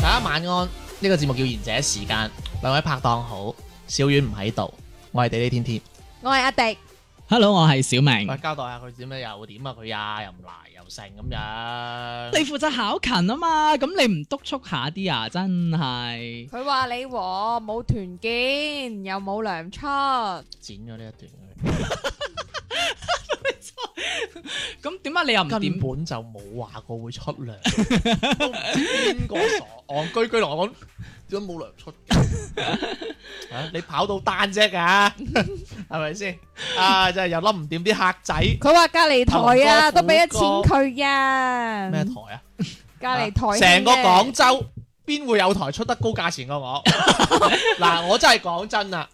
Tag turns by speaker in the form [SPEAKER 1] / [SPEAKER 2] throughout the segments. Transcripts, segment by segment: [SPEAKER 1] 大家晚安。呢、個節目叫賢者時間，兩位拍檔好，小丸唔喺度，我係地地天天。
[SPEAKER 2] 我係阿迪，
[SPEAKER 3] Hello，我係小明
[SPEAKER 1] 喂，。交代下佢點咩又點啊？佢呀又唔嚟又剩咁樣。
[SPEAKER 3] 你負責考勤啊嘛，咁你唔督促下啲啊，真係。
[SPEAKER 2] 佢話你和冇團建，又冇糧出，
[SPEAKER 1] 剪咗呢一段，
[SPEAKER 3] 咁點解你又唔
[SPEAKER 1] 根
[SPEAKER 3] 點？
[SPEAKER 1] 本就冇話過會出 糧，都唔知邊個傻戇居居同我講點解冇糧出 嘅啊你跑到單 啫㗎，係咪先？啊，真係又冧唔掂啲客仔。
[SPEAKER 2] 佢話隔離台啊，
[SPEAKER 1] 頭哥
[SPEAKER 2] 都俾咗
[SPEAKER 1] 苦
[SPEAKER 2] 錢佢啊。
[SPEAKER 1] 咩台啊？
[SPEAKER 2] 隔離台
[SPEAKER 1] 成個
[SPEAKER 2] 個
[SPEAKER 1] 廣州邊會有台出得高價錢 過我？嗱，我真係講真啦，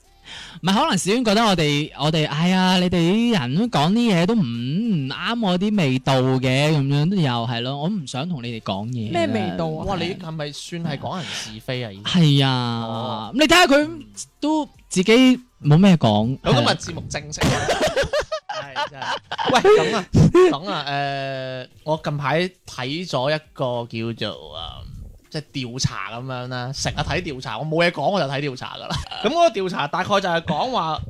[SPEAKER 3] 唔係可能小娟覺得我哋我哋，哎呀，你哋啲人講啲嘢都唔唔啱我啲味道嘅，咁樣又係咯，我唔想同你哋講嘢。
[SPEAKER 2] 咩味道啊
[SPEAKER 1] 哇！你係咪算係講人是非啊？已經
[SPEAKER 3] 係啊，
[SPEAKER 1] 哦
[SPEAKER 3] 你睇下佢都自己冇咩講。
[SPEAKER 1] 咁今日
[SPEAKER 3] 係啦
[SPEAKER 1] 節目正 式。係真係喂，咁啊，咁啊，誒、我近排睇咗一個叫做啊，即係調查咁樣啦，成日睇調查，我冇嘢講我就睇調查噶啦。咁嗰個調查大概就係講話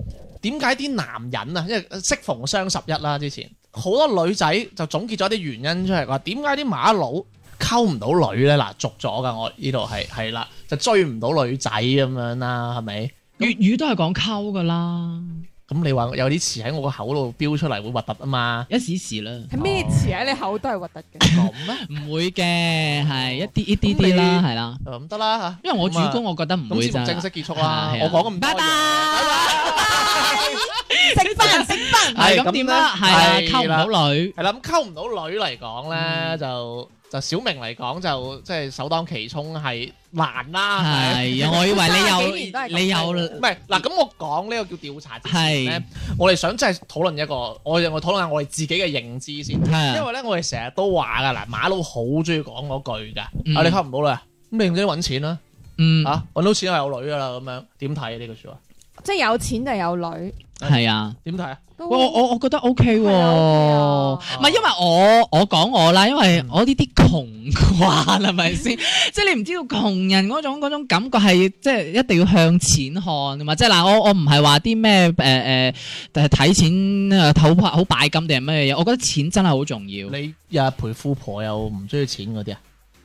[SPEAKER 1] 點解啲男人啊，因為適逢雙十一啦，之前好多女仔就總結咗啲原因出嚟，話點解啲馬佬溝唔到女咧？嗱，續咗噶，我呢度係係啦，就追唔到女仔咁樣啦，係咪？
[SPEAKER 3] 粵語都係講溝噶啦，
[SPEAKER 1] 咁你話有啲詞喺我個口度飆出嚟會核突啊嘛？
[SPEAKER 3] 一時時啦，
[SPEAKER 2] 係咩詞喺你口都係核突嘅。
[SPEAKER 1] 咁咩？
[SPEAKER 3] 唔會嘅，係一啲一啲啲啦，
[SPEAKER 1] 咁你
[SPEAKER 3] 係啦，
[SPEAKER 1] 咁得啦嚇，
[SPEAKER 3] 因為我主攻，
[SPEAKER 1] 咁啊
[SPEAKER 3] 我覺得唔
[SPEAKER 1] 咁
[SPEAKER 3] 會
[SPEAKER 1] 節
[SPEAKER 3] 咋
[SPEAKER 1] 目。正式結束
[SPEAKER 3] 係
[SPEAKER 1] 啦
[SPEAKER 3] 啊。 係啊
[SPEAKER 1] 我講咁多嘢，
[SPEAKER 3] 拜
[SPEAKER 2] 食飯食飯，
[SPEAKER 3] 係
[SPEAKER 1] 係
[SPEAKER 3] 咁
[SPEAKER 1] 咁
[SPEAKER 3] 點啦，
[SPEAKER 1] 咧
[SPEAKER 3] 係啊，
[SPEAKER 1] 係
[SPEAKER 3] 溝唔
[SPEAKER 1] 啦
[SPEAKER 3] 到女，
[SPEAKER 1] 係啦，咁溝唔到女嚟講
[SPEAKER 3] 嗯
[SPEAKER 1] 咧，就就小明嚟講就即係首當其衝係難啦，係咪
[SPEAKER 3] 係啊，我以
[SPEAKER 2] 卅幾年都係咁
[SPEAKER 3] 為你有你
[SPEAKER 2] 嘅
[SPEAKER 3] 有
[SPEAKER 1] 唔係嗱，咁我講呢個叫調查之前
[SPEAKER 3] 係
[SPEAKER 1] 咧，我哋想真係討論一個，我哋我討論下我哋自己嘅認知先，因
[SPEAKER 3] 係啊
[SPEAKER 1] 為咧我哋成日都話噶嗱，馬佬好中意講嗰句㗎，啊你
[SPEAKER 3] 嗯
[SPEAKER 1] 溝唔到女啊，咁你唔使揾錢啦。
[SPEAKER 3] 嗯
[SPEAKER 1] 啊，揾到錢係有女噶啦，咁樣點睇啊呢句説話？
[SPEAKER 2] 即係有錢就有女。
[SPEAKER 3] 係啊。
[SPEAKER 1] 點睇啊？
[SPEAKER 2] 都
[SPEAKER 3] 我我我覺得 OK 喎，
[SPEAKER 2] 係啊
[SPEAKER 3] 唔
[SPEAKER 2] ，OK
[SPEAKER 1] 啊
[SPEAKER 3] 係因為我我講我啦，因為我呢啲窮慣係咪先？即係你唔知道窮人嗰種嗰種感覺係即係一定要向錢看㗎嘛！即係嗱，我我唔係話啲咩誒誒誒睇錢呃好好拜金定係咩嘢？我覺得錢真係好重要。誒
[SPEAKER 1] 你日日陪富婆又唔中意錢嗰啲啊？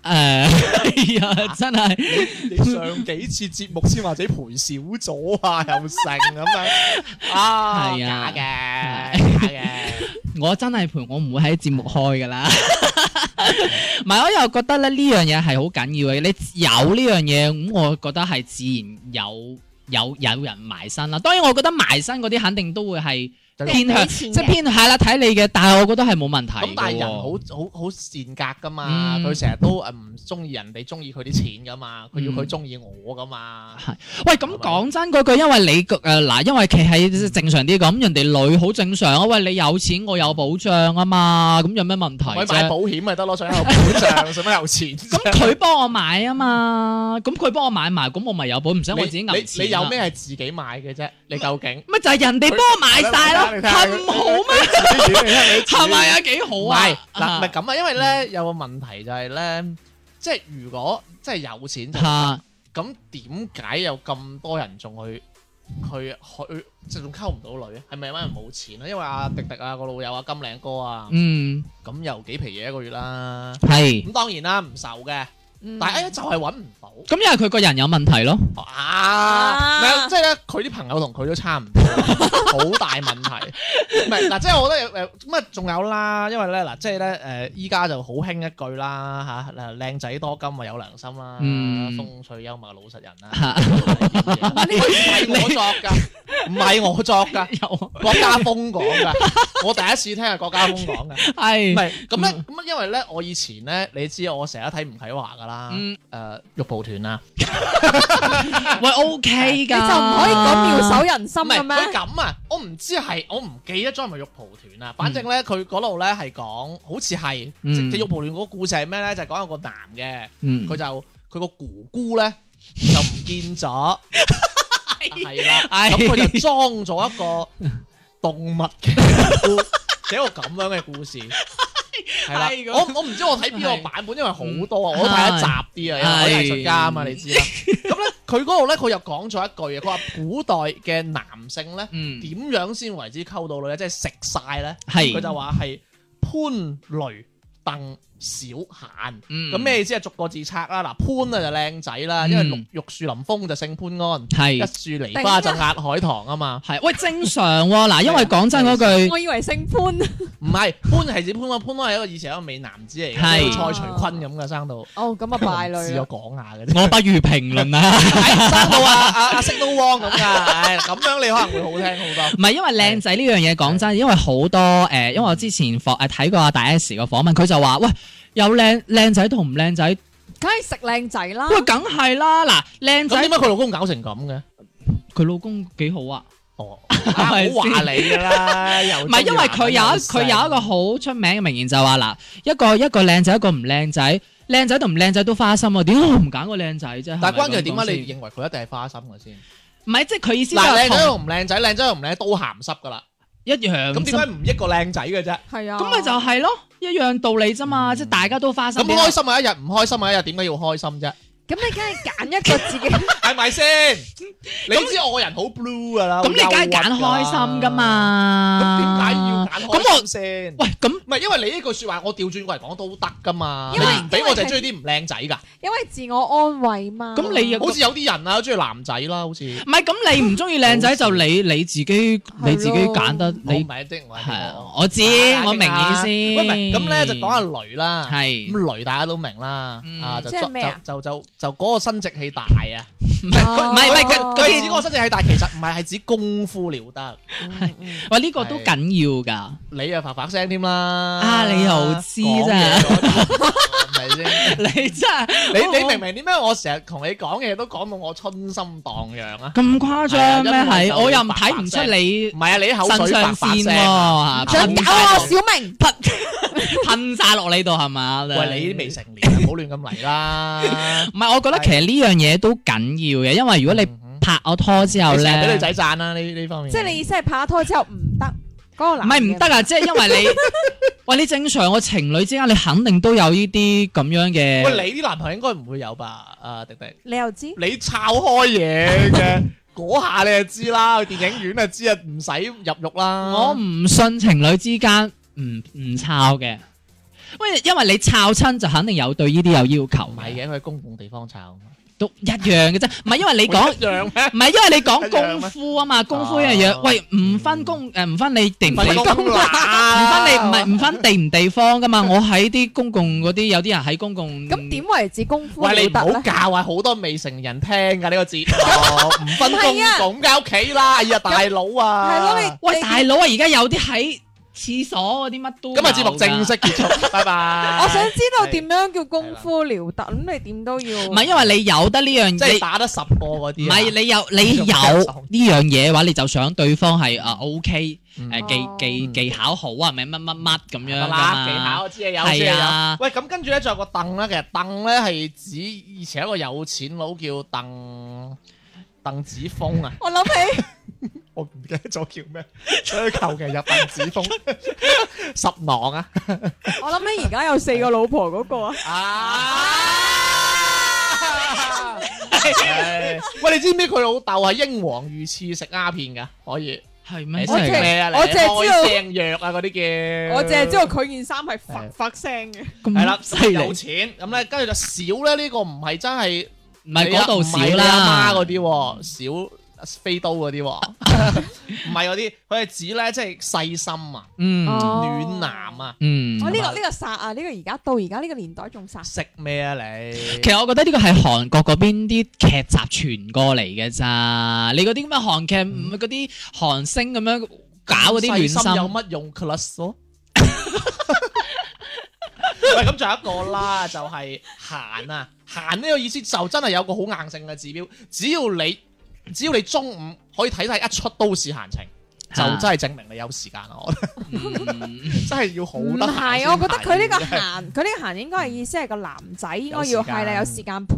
[SPEAKER 3] 係啊，真係
[SPEAKER 1] 你上幾次節目先或者陪少咗啊，又剩咁樣啊
[SPEAKER 3] 係啊
[SPEAKER 1] 假嘅，假嘅。
[SPEAKER 3] 我真係陪我唔會喺節目開㗎啦。 唔係，我又覺得咧呢樣嘢係好緊要嘅。你有呢樣嘢，咁我覺得係自然有有有人埋身啦。當然，我覺得埋身嗰啲肯定都會係偏向，即係偏係啦，睇你嘅。但係我覺得係冇問題嘅喎。
[SPEAKER 1] 咁但係人好好好善格噶嘛，
[SPEAKER 3] 嗯
[SPEAKER 1] 佢成日都誒唔中意人哋中意佢啲錢噶嘛，佢要
[SPEAKER 3] 嗯
[SPEAKER 1] 佢中意我噶嘛。
[SPEAKER 3] 喂，咁講真嗰句，因為你誒嗱，因為企喺正常啲咁，人哋女好正常啊。喂，你有錢，我有保障啊嘛，咁有咩問題
[SPEAKER 1] 咪
[SPEAKER 3] 啫
[SPEAKER 1] 買？保險咪得咯，想有保障，使乜有錢啫？
[SPEAKER 3] 咁佢幫我買啊嘛，咁佢幫我買埋，咁我咪有保，唔使我自己
[SPEAKER 1] 你
[SPEAKER 3] 揞
[SPEAKER 1] 你
[SPEAKER 3] 錢
[SPEAKER 1] 你有
[SPEAKER 3] 啊
[SPEAKER 1] 咩係自己買嘅啫？你究竟？
[SPEAKER 3] 咪就係人哋幫我買晒咯，
[SPEAKER 1] 你睇下
[SPEAKER 3] 係
[SPEAKER 1] 你睇下
[SPEAKER 3] 唔好咩？
[SPEAKER 1] 你自己你自己
[SPEAKER 3] 係咪啊？幾好
[SPEAKER 1] 唔
[SPEAKER 3] 啊
[SPEAKER 1] 係！嗱，
[SPEAKER 3] 啊
[SPEAKER 1] 唔係咁啊，因為咧有個問題就係咧，即係如果即係有錢就
[SPEAKER 3] 嚇
[SPEAKER 1] 咁，點解有咁多人仲去去去即係仲溝唔到女咧？係咪因為冇錢啊？因為阿迪迪啊，個老友啊，金領哥啊，
[SPEAKER 3] 嗯
[SPEAKER 1] 咁又幾皮嘢一個月啦。
[SPEAKER 3] 係
[SPEAKER 1] 咁當然啦，唔愁嘅，但
[SPEAKER 3] 嗯
[SPEAKER 1] 係哎呀就係揾唔
[SPEAKER 3] 咁因為佢個人有問題咯，
[SPEAKER 1] 到啊！唔係即係咧，佢啲朋友同佢都差唔多，好大問題。唔係嗱，即係我覺得誒咁啊，仲有啦，因為咧嗱，即係咧誒，依家就好興一句啦嚇，嗱靚仔多金啊有良心啦，
[SPEAKER 3] 嗯
[SPEAKER 1] 風趣幽默老實人啦。
[SPEAKER 3] 嚇
[SPEAKER 1] 唔係我作㗎，唔係我作㗎。
[SPEAKER 3] 有
[SPEAKER 1] 郭家峰講㗎，我第一次聽係郭家峰講㗎。唔
[SPEAKER 3] 係，
[SPEAKER 1] 係咁咧，咁啊因為咧，我以前咧，你知我成日睇吳啟華㗎啦，
[SPEAKER 3] 嗯，
[SPEAKER 1] 誒玉蒲團啊，
[SPEAKER 3] 喂 OK
[SPEAKER 4] 你就唔
[SPEAKER 3] 㗎，
[SPEAKER 4] 可以講妙手人心
[SPEAKER 1] 唔係
[SPEAKER 4] 嘅
[SPEAKER 1] 佢
[SPEAKER 4] 咩？
[SPEAKER 1] 咁啊，我唔知係我唔記得咗係咪玉蒲團啦，反正咧佢嗰度咧係講，好似係
[SPEAKER 3] 嗯
[SPEAKER 1] 即即玉蒲團嗰個故事係咩咧？就係講有個男嘅，
[SPEAKER 3] 嗯，
[SPEAKER 1] 佢就佢個姑姑咧就唔見 咗，係啦，
[SPEAKER 3] 哎
[SPEAKER 1] 咁佢就裝咗一個動物嘅姑 姑，寫個咁樣嘅故事。係啦
[SPEAKER 3] 哎咁，哎
[SPEAKER 1] 我我唔知我睇邊個版本，因為好多
[SPEAKER 3] 嗯
[SPEAKER 1] 啊，我都睇一集啲啊，因為我係藝術家啊嘛，
[SPEAKER 3] 係
[SPEAKER 1] 你 知啦。咁咧，佢嗰度咧，佢又講咗一句啊，佢話古代嘅男性咧，
[SPEAKER 3] 嗯
[SPEAKER 1] 點樣先為之溝到女咧？即係食晒咧，
[SPEAKER 3] 係
[SPEAKER 1] 佢就話係潘雷鄧小閒。
[SPEAKER 3] 嗯
[SPEAKER 1] 咁咩意思啊？逐個字拆啦。嗱，潘啊就靚仔啦，因為
[SPEAKER 3] 嗯
[SPEAKER 1] 綠玉樹臨風就姓潘安，一
[SPEAKER 3] 係
[SPEAKER 1] 樹梨花就壓海棠啊嘛。
[SPEAKER 3] 係喂正常喎嗱，因為講真嗰句
[SPEAKER 4] 我以為姓潘，
[SPEAKER 1] 唔係潘係指潘安，潘安係一個以前一個美男子嚟嘅，
[SPEAKER 3] 係
[SPEAKER 1] 蔡徐坤咁嘅生到。
[SPEAKER 4] 哦咁啊敗 類
[SPEAKER 1] 試
[SPEAKER 4] 啦
[SPEAKER 1] 咗。講下嘅啫，
[SPEAKER 3] 我不如評論啦。
[SPEAKER 1] 生到啊啊啊色都汪咁噶，唉咁樣你可能會好 聽好多。
[SPEAKER 3] 唔係因為靚仔呢樣嘢講真，因為好多誒、呃因為我之前訪誒睇過阿大 S 個訪問，佢就話：喂，有靚靚仔同唔靚仔，
[SPEAKER 4] 梗係食靚仔啦，
[SPEAKER 3] 喂，梗係啦，嗱，靚
[SPEAKER 1] 咁
[SPEAKER 3] 仔
[SPEAKER 1] 點啊解佢老公搞成咁嘅？
[SPEAKER 3] 佢老公幾好啊？
[SPEAKER 1] 哦，唔好話你㗎啦，又
[SPEAKER 3] 唔係因為佢有一佢有一個好出名嘅名言就話嗱，一個一個靚仔，一個唔靚仔，靚仔同唔靚仔都花心喎，點解我唔揀個靚仔啫？
[SPEAKER 1] 但係
[SPEAKER 3] 係咪
[SPEAKER 1] 關鍵係點
[SPEAKER 3] 咁講
[SPEAKER 1] 解
[SPEAKER 3] 先
[SPEAKER 1] 你認為佢一定係花心嘅先？
[SPEAKER 3] 唔係即係佢意思就
[SPEAKER 1] 嗱，
[SPEAKER 3] 係
[SPEAKER 1] 靚仔
[SPEAKER 3] 同
[SPEAKER 1] 同唔靚仔，靚仔同唔靚都鹹濕㗎啦。
[SPEAKER 3] 一樣啫，
[SPEAKER 1] 咁點解唔益個靚仔嘅啫？
[SPEAKER 4] 係啊，
[SPEAKER 3] 咁咪就係咯，一樣道理啫嘛，
[SPEAKER 1] 嗯
[SPEAKER 3] 即係大家都花心。
[SPEAKER 1] 咁開心嘅一日，唔開心嘅一日，點解要開心啫？
[SPEAKER 4] 咁你梗係揀一個自己
[SPEAKER 1] 係咪先？你知我個人好 blue 㗎啦，
[SPEAKER 3] 咁你梗係揀開心噶？嘛？
[SPEAKER 1] 咁點解要揀開心先？
[SPEAKER 3] 喂，咁
[SPEAKER 1] 唔係，因為你呢句説話，我調轉過嚟講都得噶嘛。
[SPEAKER 4] 因為
[SPEAKER 1] 你唔俾我就係中意啲唔靚仔㗎，
[SPEAKER 4] 因為自我安慰嘛。
[SPEAKER 3] 咁你又
[SPEAKER 1] 好似有啲人啊，中意男仔啦，好似。
[SPEAKER 3] 唔係咁，你唔中意靚仔就你你自己你自己揀得
[SPEAKER 1] 我唔
[SPEAKER 3] 你
[SPEAKER 1] 係即係我係
[SPEAKER 3] 係
[SPEAKER 1] 邊
[SPEAKER 3] 啊
[SPEAKER 1] 個？
[SPEAKER 3] 我知
[SPEAKER 1] 啊
[SPEAKER 3] 我明意思。
[SPEAKER 1] 喂，唔係咁咧就講下雷啦。
[SPEAKER 3] 係
[SPEAKER 1] 咁雷大家都明啦
[SPEAKER 3] 嗯，
[SPEAKER 1] 啊就
[SPEAKER 4] 即係咩啊
[SPEAKER 1] 就就就就嗰個生殖器大啊！
[SPEAKER 3] 唔係佢唔係唔係佢
[SPEAKER 4] 哦
[SPEAKER 1] 佢
[SPEAKER 3] 佢
[SPEAKER 1] 指嗰個生殖器大，其實唔係係指功夫了得。
[SPEAKER 3] 喂呢個都緊要㗎。
[SPEAKER 1] 你又發發聲添啦！
[SPEAKER 3] 啊你又知
[SPEAKER 1] 講嘢
[SPEAKER 3] 啫
[SPEAKER 1] 嗰啲係咪 先？
[SPEAKER 3] 你真係
[SPEAKER 1] 你你
[SPEAKER 3] 我
[SPEAKER 1] 明唔明點解我成日同你講嘢都講到我春心蕩漾啊？
[SPEAKER 3] 咁誇張咩？
[SPEAKER 1] 係啊因為
[SPEAKER 3] 係
[SPEAKER 1] 就
[SPEAKER 3] 我又唔睇唔出你
[SPEAKER 1] 唔係啊，你啲口
[SPEAKER 3] 腎
[SPEAKER 1] 水白
[SPEAKER 3] 上
[SPEAKER 1] 白
[SPEAKER 3] 腺
[SPEAKER 1] 聲
[SPEAKER 3] 喎
[SPEAKER 1] 啊。
[SPEAKER 3] 嚇
[SPEAKER 4] 想
[SPEAKER 3] 噴
[SPEAKER 4] 搞
[SPEAKER 3] 晒
[SPEAKER 4] 我
[SPEAKER 3] 落
[SPEAKER 4] 小明，
[SPEAKER 3] 噴晒落你度係嘛？
[SPEAKER 1] 喂，你未成年啊，唔好亂咁嚟啦。
[SPEAKER 3] 唔係，我覺得其實呢樣嘢都緊要嘅，因 為如果你
[SPEAKER 1] 嗯
[SPEAKER 3] 拍咗拖之後
[SPEAKER 1] 你成日俾
[SPEAKER 3] 咧
[SPEAKER 1] 女，仔讚啦，呢呢方面。
[SPEAKER 4] 即係你意思係拍咗拖之後唔得嗰個
[SPEAKER 3] 唔
[SPEAKER 4] 男嘅？
[SPEAKER 3] 係唔得啊！即係 因為你，喂你正常個情侶之間，你肯定都有呢啲咁樣嘅。
[SPEAKER 1] 喂，你啲男朋友應該唔會有吧？啊，迪迪，
[SPEAKER 4] 你又知？
[SPEAKER 1] 你抄開嘢嘅嗰下你就知啦，去電影院就知啊，唔使入獄啦。
[SPEAKER 3] 我唔信情侶之間唔唔抄嘅，喂，因為你抄親就肯定有對呢啲有要求
[SPEAKER 1] 唔係啊嘅，佢喺公共地方抄。
[SPEAKER 3] 都一樣嘅啫。唔係因為你 講
[SPEAKER 1] 一。樣咩？
[SPEAKER 3] 唔係，因為你
[SPEAKER 1] 一
[SPEAKER 3] 講
[SPEAKER 1] 樣咩
[SPEAKER 3] 功夫啊嘛，功夫一樣嘢，
[SPEAKER 1] 哦嗯
[SPEAKER 3] 喂，唔分工誒，唔分你地唔地
[SPEAKER 1] 分工啊
[SPEAKER 3] 唔
[SPEAKER 1] 啦
[SPEAKER 3] 分你唔係唔分地唔地方噶嘛，我喺啲公共嗰啲有啲人喺公共
[SPEAKER 4] 咁點為止功夫了
[SPEAKER 1] 喂，你唔
[SPEAKER 4] 得
[SPEAKER 1] 好
[SPEAKER 4] 咧？
[SPEAKER 1] 教啊！好多未成人聽㗎呢個節 目，唔分
[SPEAKER 4] 唔係啊
[SPEAKER 1] 公共喺屋企啦。哎呀，大佬啊！
[SPEAKER 4] 係咯，你
[SPEAKER 3] 喂
[SPEAKER 4] 你
[SPEAKER 3] 大佬啊，而家有啲喺廁所嗰啲乜都
[SPEAKER 1] 今日
[SPEAKER 3] 有
[SPEAKER 1] 啊節目正式 結束，拜拜。
[SPEAKER 4] 我想知道點樣叫功夫了得，咁你點都要
[SPEAKER 3] 㗎，唔係因為你有得呢樣
[SPEAKER 1] 即係
[SPEAKER 3] 嘢，
[SPEAKER 1] 打得十個嗰
[SPEAKER 3] 你
[SPEAKER 1] 啲
[SPEAKER 3] 唔
[SPEAKER 1] 啊。
[SPEAKER 3] 係你有你有呢樣嘢嘅話，你就想對方係啊 OK
[SPEAKER 1] 嗯
[SPEAKER 3] 誒技技技巧好啊，咪乜乜乜咁樣
[SPEAKER 1] 得啦，
[SPEAKER 3] 㗎嘛
[SPEAKER 1] 技巧我知你有，知你
[SPEAKER 3] 係
[SPEAKER 1] 有。
[SPEAKER 3] 啊，
[SPEAKER 1] 喂，咁跟住咧，仲有個凳咧，其實凳咧係指以前一個有錢佬叫鄧鄧子峰啊，
[SPEAKER 4] 我諗起
[SPEAKER 1] 我唔記得咗叫咩，所以求其入鄧子 峰，十郎啊，
[SPEAKER 4] 我諗起而家有四個老婆嗰個 啊，
[SPEAKER 1] 啊！喂，你知唔知佢老豆係英皇御賜食鴉片㗎？可以，
[SPEAKER 3] 係咩？
[SPEAKER 4] 我
[SPEAKER 3] 真係
[SPEAKER 4] 淨
[SPEAKER 3] 㗎
[SPEAKER 1] 咩啊？
[SPEAKER 4] 我淨係知道
[SPEAKER 1] 正藥啊，嗰啲叫
[SPEAKER 4] 我淨係知道佢件衫係發
[SPEAKER 1] 係
[SPEAKER 4] 發聲嘅，
[SPEAKER 3] 咁
[SPEAKER 1] 係啦，
[SPEAKER 3] 犀利，
[SPEAKER 1] 有錢咁咧，跟住就少咧，呢個唔係真係
[SPEAKER 3] 唔係嗰度少啦
[SPEAKER 1] 啊唔係你阿媽。嗰啲喎，少飛刀嗰啲喎，唔係嗰啲，佢係指咧即係細心啊，
[SPEAKER 3] 嗯
[SPEAKER 4] 哦
[SPEAKER 1] 暖男啊，
[SPEAKER 3] 嗯，
[SPEAKER 4] 我呢個呢個殺啊，呢個而家到而家呢個年代仲殺，
[SPEAKER 1] 食咩啊你
[SPEAKER 3] 其？實我覺得呢個係韓國嗰邊啲劇集傳過嚟嘅咋，你嗰啲咁嘅韓劇，唔係嗰啲韓星咁樣搞嗰啲
[SPEAKER 1] 細
[SPEAKER 3] 暖
[SPEAKER 1] 心有
[SPEAKER 3] 心，
[SPEAKER 1] 乜用 class 咯？喂，咁仲有一個啦，就係閒啊，閒呢個意思就真係有個好硬性嘅指標，只要你只要你中午可以睇晒一出都市閒情，就真係證明你有時間啦。我覺得
[SPEAKER 3] 嗯
[SPEAKER 1] 真係要好
[SPEAKER 4] 唔
[SPEAKER 1] 得閒
[SPEAKER 4] 係，
[SPEAKER 1] 先
[SPEAKER 4] 我覺得佢呢個
[SPEAKER 1] 閒
[SPEAKER 4] 閒，
[SPEAKER 1] 嘅
[SPEAKER 4] 佢呢個閒應該係意思係個男仔應該
[SPEAKER 1] 有
[SPEAKER 4] 要
[SPEAKER 1] 時間
[SPEAKER 4] 係啦，有時間陪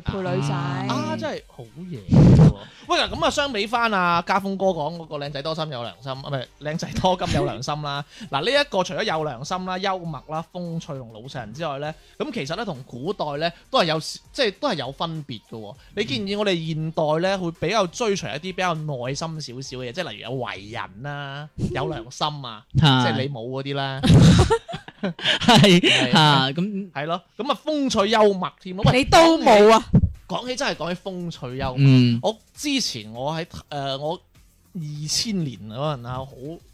[SPEAKER 4] 陪女仔。
[SPEAKER 1] 啊，真係好嘢喎！ 喂，嗱咁啊，相比翻啊，家峰哥講嗰個靚仔多心有良心，啊唔係靚仔多金有良心啦。 嗱，呢一個除咗有良心啦、幽默啦、風趣同老實人之外咧，咁其實咧同古代咧都係有即係都係有分別嘅喎。你建議我哋現代咧會比較追隨一啲比較內心少少嘅嘢，即係例如有為人 啦、有良心啊，即係你冇嗰啲啦，
[SPEAKER 3] 係啊，咁
[SPEAKER 1] 係咯。咁啊，風趣幽默 添啊，喂，
[SPEAKER 4] 你都冇啊！
[SPEAKER 1] 講起真係講起風趣幽默。
[SPEAKER 3] 嗯
[SPEAKER 1] 我之前我喺誒、呃我二千年嗰陣啊，好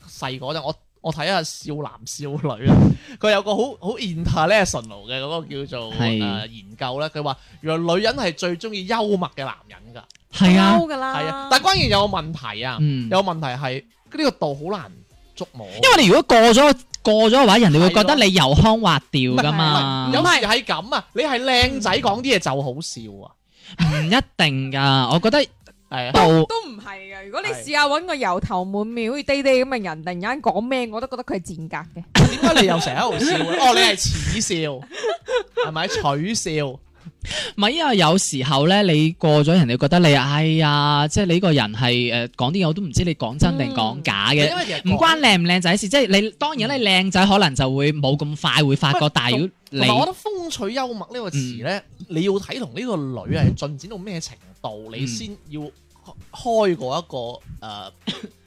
[SPEAKER 1] 細嗰陣，我我睇下少男少女啊， 佢有個好好 international 嘅嗰個叫做
[SPEAKER 3] 係
[SPEAKER 1] 誒、呃研究咧，佢話原來女人係最中意幽默嘅男人㗎，
[SPEAKER 3] 係啊，
[SPEAKER 4] 嬲㗎啦，
[SPEAKER 1] 係啊，但係關鍵有個問題啊，
[SPEAKER 3] 嗯，
[SPEAKER 1] 有個問題係呢個度好難捉摸，
[SPEAKER 3] 因為你如果過咗過咗嘅話，人哋會覺得你油腔滑調噶
[SPEAKER 1] 唔
[SPEAKER 3] 嘛
[SPEAKER 1] 係，有時係咁啊，你係靚仔講啲嘢就好笑啊，
[SPEAKER 3] 唔一定噶，我覺得
[SPEAKER 1] 係啊。
[SPEAKER 3] 度
[SPEAKER 4] 都唔係嘅。如果你
[SPEAKER 1] 係
[SPEAKER 4] 試下揾個油頭滿面、好似滴滴咁嘅人，突然間講咩，我都覺得佢係賤格嘅。
[SPEAKER 1] 點解你又成日喺度笑咧？哦，你係恥笑，係咪取笑？
[SPEAKER 3] 唔係啊，有時候咧，你過咗人哋覺得你，哎呀，即係你呢個人係誒講啲嘢，我都唔知你講真定講假嘅。
[SPEAKER 1] 因為其實
[SPEAKER 3] 唔關靚唔靚仔事，即係你當然咧靚仔可能就會冇咁快會發覺，
[SPEAKER 1] 喂
[SPEAKER 3] 但係如果你
[SPEAKER 1] 同埋我覺得風趣幽默呢個詞咧，你要睇同呢個女係進展到咩程度，你先要開過一個誒、呃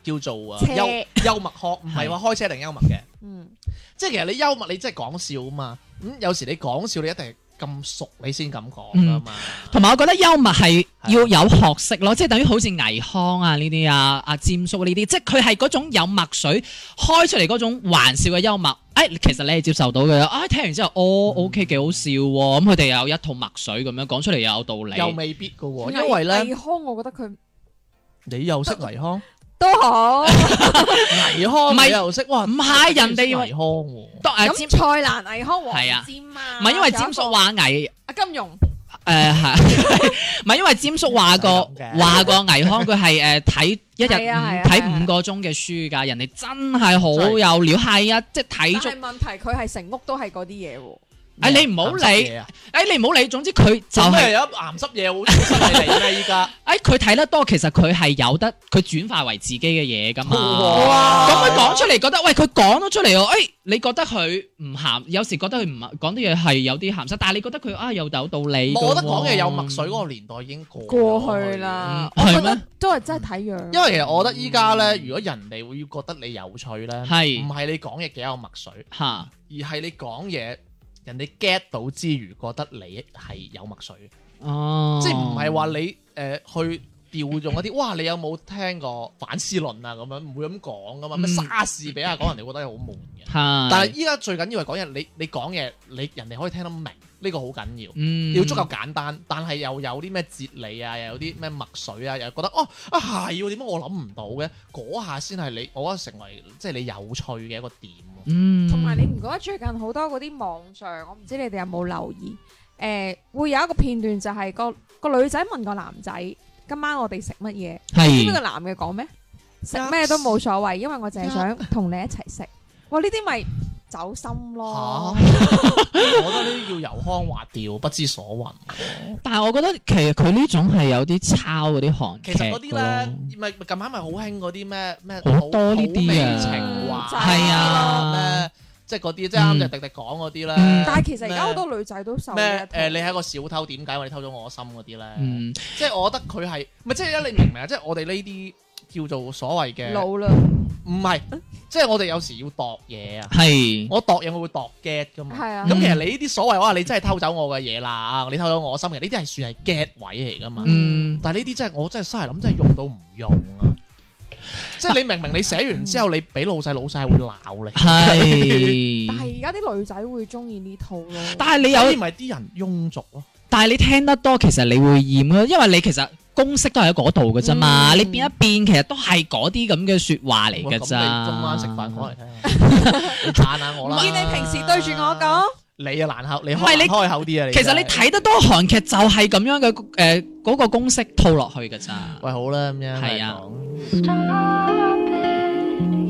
[SPEAKER 1] 叫做啊
[SPEAKER 4] 車
[SPEAKER 1] 幽幽默學，唔係話開車定幽默嘅，
[SPEAKER 4] 嗯，
[SPEAKER 1] 即係其實你幽默你真係講笑啊嘛。咁、有時你講笑你一定係咁熟你先咁講噶嘛。
[SPEAKER 3] 同埋我覺得幽默係
[SPEAKER 4] 啊
[SPEAKER 3] 要
[SPEAKER 1] 係
[SPEAKER 3] 有學識咯，即係等於好似倪匡啊呢啲啊、阿詹叔呢啲，即係佢係嗰種有墨水開出嚟嗰種玩笑嘅幽默。誒、其實你係接受到嘅，啊聽完之後，
[SPEAKER 4] 嗯
[SPEAKER 3] 哦，OK 幾好笑喎，咁佢哋又有一套墨水咁樣講出嚟又有道理。
[SPEAKER 1] 又未必噶喎，哦因為
[SPEAKER 4] 倪
[SPEAKER 1] 咧
[SPEAKER 4] 匡我覺得佢
[SPEAKER 1] 你又識倪匡，
[SPEAKER 4] 都好。
[SPEAKER 1] 倪匡
[SPEAKER 3] 唔係
[SPEAKER 1] 你又識，哇
[SPEAKER 3] 唔係人哋
[SPEAKER 1] 倪匡喎。
[SPEAKER 3] 當誒
[SPEAKER 4] 咁
[SPEAKER 3] 詹，
[SPEAKER 4] 蔡瀾、倪匡、黃
[SPEAKER 3] 係啊
[SPEAKER 4] 霑啊，
[SPEAKER 3] 唔係因為詹
[SPEAKER 4] 詹
[SPEAKER 3] 叔話倪。
[SPEAKER 4] 阿啊金庸
[SPEAKER 3] 誒係，唔係因為詹叔話過
[SPEAKER 1] 唔使咁嘅
[SPEAKER 3] 話過倪匡佢係誒呃睇一日
[SPEAKER 4] 係啊係啊
[SPEAKER 3] 五
[SPEAKER 4] 係啊
[SPEAKER 3] 睇五個鐘嘅書㗎，人哋真係好有料，係啊，即係
[SPEAKER 4] 但
[SPEAKER 3] 睇足
[SPEAKER 4] 係。問題佢係成屋都係嗰啲嘢喎。
[SPEAKER 1] 哦
[SPEAKER 3] 誒你唔好
[SPEAKER 1] 鹹濕
[SPEAKER 3] 理，
[SPEAKER 1] 嘢啊
[SPEAKER 3] 誒哎你唔好理，總之佢就
[SPEAKER 1] 做咩
[SPEAKER 3] 係
[SPEAKER 1] 有一鹹濕嘢好出嚟啦依家。
[SPEAKER 3] 誒佢睇得多，其實佢係有得佢轉化為自己嘅嘢㗎
[SPEAKER 1] 哦
[SPEAKER 3] 嘛。咁
[SPEAKER 1] 哇
[SPEAKER 3] 佢講出嚟覺得，喂佢講咗出嚟喎，誒你覺得佢唔鹹，有時覺得佢唔講啲嘢係有啲鹹濕，但係你覺得佢啊有有道理㗎喎。
[SPEAKER 1] 我覺得講嘢有墨水嗰個年代已經過咗
[SPEAKER 4] 過去。啦，
[SPEAKER 3] 嗯
[SPEAKER 4] 我覺
[SPEAKER 3] 係
[SPEAKER 4] 得
[SPEAKER 3] 咩
[SPEAKER 4] 都係真係睇樣。
[SPEAKER 1] 因為其實我覺得依家咧，如果人哋會覺得你有趣咧，
[SPEAKER 3] 係
[SPEAKER 1] 唔係你講嘢幾有墨水，
[SPEAKER 3] 嚇，
[SPEAKER 1] 而係你講嘢人哋 get 到之餘，覺得你係有墨水，
[SPEAKER 3] 哦，
[SPEAKER 1] 即係唔係話你呃誒去。調用一啲，哇！你有冇聽過反思論啊？咁樣唔會咁講噶嘛，咩
[SPEAKER 3] 嗯
[SPEAKER 1] 莎士比亞講人哋覺得好悶 嘅。
[SPEAKER 3] 係，
[SPEAKER 1] 但係依家最緊要係講嘢，你你講嘢，你人哋可以聽得明，呢個好緊要。
[SPEAKER 3] 嗯
[SPEAKER 1] 要足夠簡單，但係又有啲咩哲理啊，又有啲咩墨水啊，又覺得哦啊係喎，點解我諗唔到嘅？嗰下先係你，我覺得成為即係你有趣嘅一個點喎。
[SPEAKER 3] 嗯，
[SPEAKER 4] 同埋你唔覺得最近好多嗰啲網上，我唔知你哋有冇留意？誒、會有一個片段就係個個女仔問個男仔：今晚我哋食乜嘢？咁呢
[SPEAKER 3] 係
[SPEAKER 4] 個男嘅講咩？食咩都冇所謂，因為我淨係想同你一齊食。哇！呢啲咪走心
[SPEAKER 1] 嚇、
[SPEAKER 4] 咯。
[SPEAKER 1] 我覺得呢啲叫油腔滑調，不知所雲。
[SPEAKER 3] 但係我覺得其實佢呢種係有啲抄嗰啲韓劇
[SPEAKER 1] 其實嗰啲咧，
[SPEAKER 3] 咯
[SPEAKER 1] 咪咪近排咪好興嗰啲咩咩
[SPEAKER 3] 好多呢啲啊
[SPEAKER 1] 土味情話
[SPEAKER 4] 係
[SPEAKER 3] 啊
[SPEAKER 1] 咩即係嗰啲即係啱就
[SPEAKER 3] 嗯
[SPEAKER 1] 迪迪講嗰啲咧。
[SPEAKER 3] 嗯
[SPEAKER 4] 但係其實而家好多女仔都受呢
[SPEAKER 1] 咩
[SPEAKER 4] 一
[SPEAKER 1] 誒？你係
[SPEAKER 4] 套
[SPEAKER 1] 一個小偷，點解話你偷咗我心嗰啲咧？
[SPEAKER 3] 嗯
[SPEAKER 1] 即係我覺得佢係咪即係你明唔明啊？即係我哋呢啲叫做所謂嘅，
[SPEAKER 4] 老啦，
[SPEAKER 1] 唔係，即係我哋有時要度嘢啊。
[SPEAKER 3] 係
[SPEAKER 1] 我度嘢我會度 get 噶嘛。
[SPEAKER 4] 係啊
[SPEAKER 1] 咁其實你呢啲所謂哇，你真係偷走我嘅嘢啦，你偷走我心嘅，呢啲係算係 get 位嚟噶嘛。
[SPEAKER 3] 嗯
[SPEAKER 1] 但係呢啲真係我真係心嚟諗，真係用到唔用啊！即係你明明你寫完之後，你俾老細，老細係會鬧 你。
[SPEAKER 4] 但
[SPEAKER 3] 係，
[SPEAKER 4] 係而家啲女仔會中意呢套咯。
[SPEAKER 3] 但係你有
[SPEAKER 1] 所以咪啲人庸俗咯。
[SPEAKER 3] 但係你聽得多，其實你會厭咯，因為你其實公式都係喺嗰度嘅啫嘛，
[SPEAKER 4] 嗯
[SPEAKER 3] 你變一變，其實都係嗰啲咁嘅説話嚟
[SPEAKER 1] 喂
[SPEAKER 3] 嘅
[SPEAKER 1] 咁
[SPEAKER 3] 咋。
[SPEAKER 1] 你今晚食飯講嚟 聽下，你讚下我
[SPEAKER 4] 唔
[SPEAKER 1] 啦。
[SPEAKER 4] 見你平時對住我講，
[SPEAKER 1] 你啊難口，你
[SPEAKER 3] 唔係
[SPEAKER 1] 開
[SPEAKER 3] 你
[SPEAKER 1] 開口啲啊！你
[SPEAKER 3] 其實你
[SPEAKER 1] 真係
[SPEAKER 3] 睇得多韓劇就係咁樣嘅誒嗰個公式套落去嘅咋。
[SPEAKER 1] 喂好啦咁樣
[SPEAKER 3] 係啊
[SPEAKER 1] 講
[SPEAKER 5] Stop it,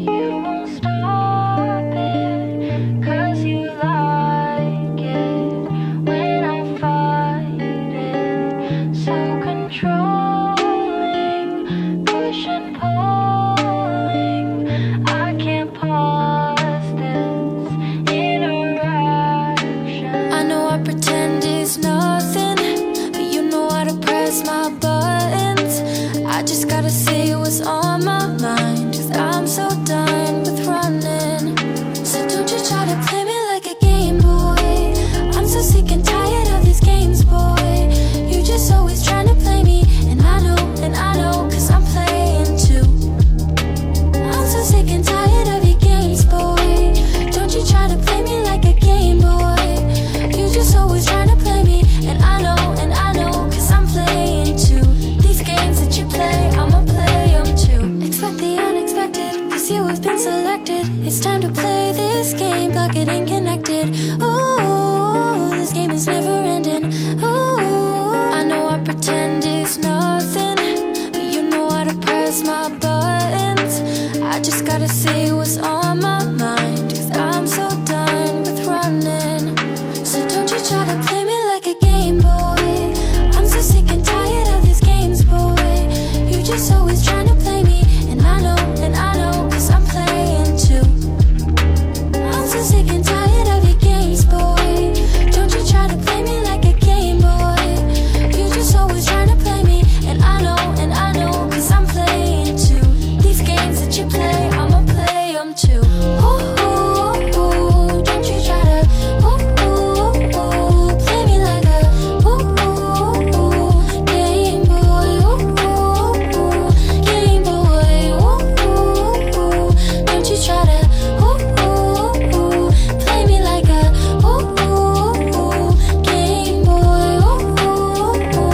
[SPEAKER 5] you won't stop it, cause you like it when I'm fighting. So controlling, push and pulling. I can't pause this interaction.
[SPEAKER 6] I know I pretend it's nothing, but you know how to press my buttons. I just gotta say what's on my mind, cause I'm so done with running. So don't you try to play me like a game boy. I'm so sick and tired of these games, boy. You just always trying to play me, and I know, and I know, cause I'm playing too. I'm so sick and tired of your games, boy. Don't you try to play me like a game boy. You just always trying to play me, and I know, and I know, cause I'm playing too. These games that you play, I'ma play them too. Expect the unexpected, cause you have been selected. It's time to play this game, plug it and connected. Ooh, this game is never ending. Ooh, I know I pretend it's nothing, but you know how to press my buttons. I just gotta say what's on my mind. Cause I'm so done with running. So don't you try to play me like a game boy. I'm so sick and tired of these games, boy. You just always trying to play me. And I know, and I know, cause I'm playing too. I'm so sick and tired of your games, boy. Don't you try to play me like a game boy. You just always trying to play me, and I know, and I know, cause I'm playing too. These games that you play, I'ma play them too. Ooh, ooh, ooh, don't you try to, ooh, ooh, ooh, play me like a, ooh, ooh, ooh, game boy, ooh, ooh, ooh, game boy, ooh, ooh, ooh, don't you try to, ooh, ooh, ooh, play me like a, ooh, ooh, ooh, game boy, ooh, ooh, ooh, game boy.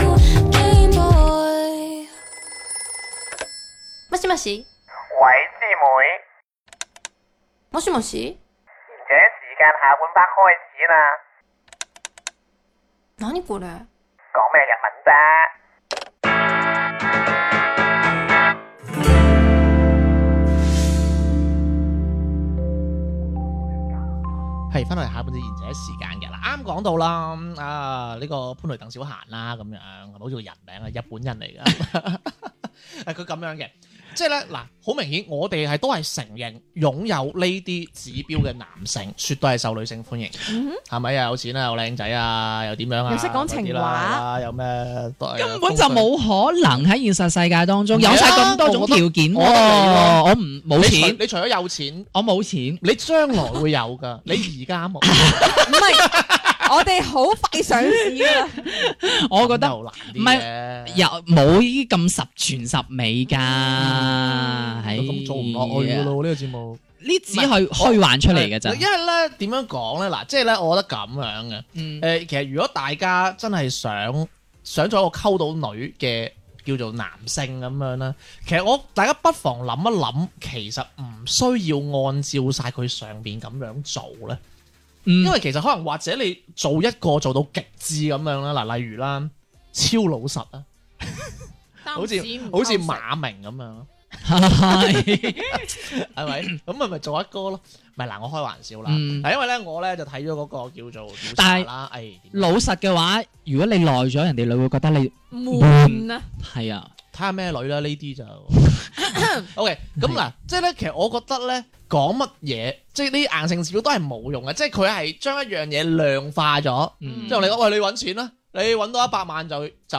[SPEAKER 7] もしもし
[SPEAKER 8] 喂，師妹，
[SPEAKER 7] もしもし
[SPEAKER 8] 而且時間下半 part 開始啦，
[SPEAKER 7] 何これ
[SPEAKER 8] 講咩日文啫？
[SPEAKER 1] 係翻到嚟下半節賢者時間嘅啦，啱講到啦，咁啊呢、個潘雷鄧小閒啦咁樣，係咪好似個人名啊？日本人嚟㗎，係佢咁樣嘅，即係咧嗱，好明顯我哋係都係承認擁有呢啲指標嘅男性，絕對係受女性歡迎，係咪啊？有錢啊，又靚仔啊，又點樣啊？
[SPEAKER 4] 又識講情
[SPEAKER 1] 嗰啲啦，有咩根
[SPEAKER 3] 根本就。冇可能喺現實世界當中
[SPEAKER 1] 唔
[SPEAKER 3] 有
[SPEAKER 1] 係啊
[SPEAKER 3] 晒咁多種條件喎，
[SPEAKER 1] 我覺得你咯
[SPEAKER 3] 我唔冇
[SPEAKER 1] 你除
[SPEAKER 3] 錢，
[SPEAKER 1] 你除咗有錢，
[SPEAKER 3] 我冇錢。
[SPEAKER 1] 你將來會有㗎，你而家冇，
[SPEAKER 4] 唔係，我哋好快上市啦。
[SPEAKER 3] 我覺得
[SPEAKER 1] 又難
[SPEAKER 3] 唔
[SPEAKER 1] 啲
[SPEAKER 3] 係
[SPEAKER 1] 嘅。
[SPEAKER 3] 又冇呢啲咁十全十美㗎，係
[SPEAKER 1] 嗯咁做唔落去噶咯，呢個節目
[SPEAKER 3] 呢只係虛幻出嚟嘅咋
[SPEAKER 1] 因。為咧點樣講咧嗱，即係咧，我覺得咁樣嘅。誒、呃
[SPEAKER 3] 嗯
[SPEAKER 1] 其實如果大家真係想想咗個溝到女嘅叫做男性咁樣啦，其實我大家不妨諗一諗，其實唔需要按照晒佢上邊咁樣做咧，
[SPEAKER 3] 嗯
[SPEAKER 1] 因為其實可能或者你做一個做到極致咁樣啦，嗱，例如啦，超老實啊，好似好似馬明咁樣。
[SPEAKER 3] 係
[SPEAKER 1] 係 咪？咁咪咪做一哥咯？咪嗱，我開玩笑啦。
[SPEAKER 3] 嗯
[SPEAKER 1] 嗱，因為咧，我咧就睇咗嗰個叫做調查
[SPEAKER 3] 但係
[SPEAKER 1] 啦。誒，點啊
[SPEAKER 3] 老實嘅話，如果你耐咗，人哋你會覺得你
[SPEAKER 4] 悶啊！
[SPEAKER 3] 係啊，
[SPEAKER 1] 睇下咩女啦，呢 啲就 OK。咁嗱，即係咧，其實我覺得咧，講乜嘢，即係呢啲硬性指標都係冇用嘅。即係佢係將一樣嘢量化咗，
[SPEAKER 3] 嗯
[SPEAKER 1] 之後你講喂，你揾錢啦。你揾到一百萬就就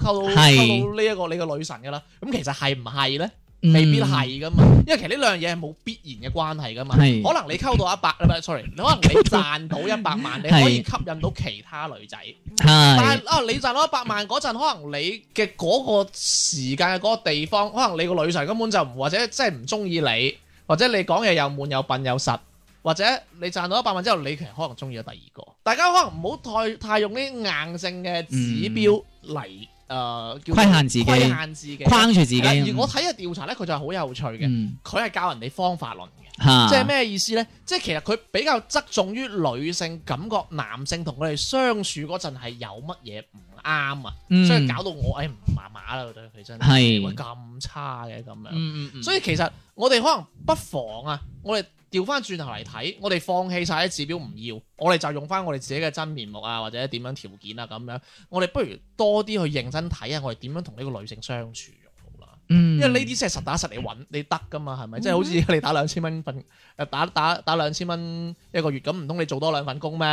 [SPEAKER 1] 溝到溝
[SPEAKER 3] 係
[SPEAKER 1] 到呢一個你個女神噶啦，咁其實係唔係咧？
[SPEAKER 3] 嗯
[SPEAKER 1] 未必係噶嘛，因為其實呢兩樣嘢係冇必然嘅關係噶嘛。
[SPEAKER 3] 係
[SPEAKER 1] 可能你溝到一百，唔係，sorry，你可能你賺到一百 萬，你可以吸引到其他女仔。但
[SPEAKER 3] 係
[SPEAKER 1] 係啊，你賺到一百萬嗰陣，可能你嘅嗰個時間嘅嗰個地方，可能你個女神根本就唔或者真係唔中意你，或者你講嘢又悶又笨又實，或者你賺到一百萬之後，你其實可能中意咗第二個。大家可能唔好太太用啲硬性嘅指標嚟誒、呃叫做
[SPEAKER 3] 規限自己
[SPEAKER 1] 規限自己。
[SPEAKER 3] 框住自己。
[SPEAKER 1] 係啦而我睇嘅調查咧，佢就係好有趣嘅，
[SPEAKER 3] 嗯啊
[SPEAKER 1] 佢係、教人哋方法論嘅。
[SPEAKER 3] 嚇，
[SPEAKER 1] 即係咩意思呢？即係其實佢比較側重於女性感覺男性同佢哋相處嗰陣係有乜嘢唔啱啊，
[SPEAKER 3] 嗯？
[SPEAKER 1] 所以搞到我誒唔麻麻啦，對佢真
[SPEAKER 3] 係
[SPEAKER 1] 喂咁差嘅咁樣。
[SPEAKER 3] 嗯，嗯嗯，
[SPEAKER 1] 所以其實我哋可能不妨啊，我哋調翻轉頭嚟睇，我哋放棄晒啲指標唔要，我哋就用翻我哋自己嘅真面目啊，或者點樣條件啊咁樣，我哋不如多啲去認真睇下我哋點樣同呢個女性相處就好啦。
[SPEAKER 3] 因
[SPEAKER 1] 因為呢啲先係實打實嚟揾你得噶嘛，
[SPEAKER 3] 嗯
[SPEAKER 1] 係咪？即係好似你打兩千蚊份，誒打打打兩千蚊一個月，咁唔通你做多兩份工咩？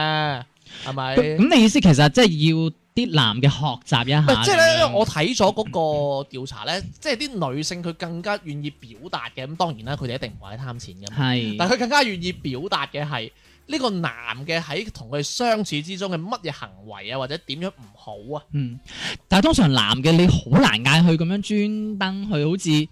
[SPEAKER 1] 係咪？
[SPEAKER 3] 咁咁你意思其實即係要啲男嘅學習一
[SPEAKER 1] 唔係
[SPEAKER 3] 下，
[SPEAKER 1] 即係咧，因為我睇咗嗰個調查咧，即係啲女性佢更加願意表達嘅，咁當然啦，佢哋一定唔係貪錢噶嘛，
[SPEAKER 3] 係，
[SPEAKER 1] 但係佢更加願意表達嘅係呢個男嘅喺同佢相處之中嘅乜嘢行為啊，或者點樣唔好啊？
[SPEAKER 3] 嗯，但係通常男嘅你好難嗌佢咁樣專登去好似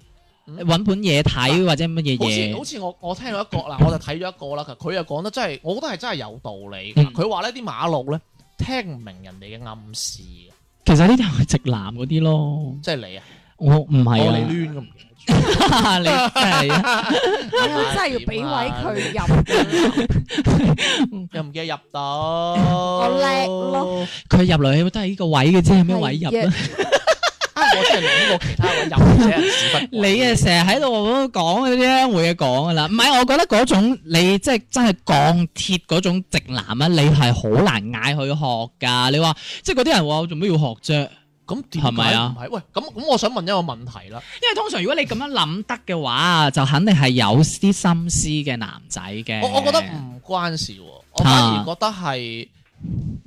[SPEAKER 1] 嗯
[SPEAKER 3] 揾盤嘢睇或者乜嘢
[SPEAKER 1] 好似好
[SPEAKER 3] 嘢，
[SPEAKER 1] 似我我聽到一 個嗱，我就睇咗一個啦，佢又講得真係，我覺得係真係有道理㗎。
[SPEAKER 3] 嗯
[SPEAKER 1] 佢話呢啲馬路咧聽唔明人哋嘅暗示嘅，
[SPEAKER 3] 其實呢啲係直男嗰啲咯，
[SPEAKER 1] 即係你啊，
[SPEAKER 3] 我唔係
[SPEAKER 1] 我
[SPEAKER 3] 啊，
[SPEAKER 1] 你
[SPEAKER 3] 你
[SPEAKER 1] 亂咁唔記得咗，
[SPEAKER 3] 真係
[SPEAKER 4] 哎真係要俾位佢入，啊
[SPEAKER 1] 啊又唔記得入到，
[SPEAKER 4] 我
[SPEAKER 1] 我
[SPEAKER 4] 叻咯。
[SPEAKER 3] 佢入嚟都係呢個位嘅啫，有咩位入啊？
[SPEAKER 1] 啊，我真係諗過其他位入唔知人屎忽
[SPEAKER 3] 你啊，成日喺度講嗰啲會嘅講噶啦，唔係我覺得嗰種你即係真係鋼鐵嗰種直男啊，你係好難嗌佢學㗎。你話即係嗰啲人話我做咩要學啫？因
[SPEAKER 1] 咁點解
[SPEAKER 3] 係咪
[SPEAKER 1] 唔
[SPEAKER 3] 啊
[SPEAKER 1] 係？喂，咁咁，我想問一個問題啦。
[SPEAKER 3] 為通常如果你咁樣諗得嘅話，就肯定係有啲心思嘅男仔嘅。
[SPEAKER 1] 我我覺得唔關事喎，我反而覺得係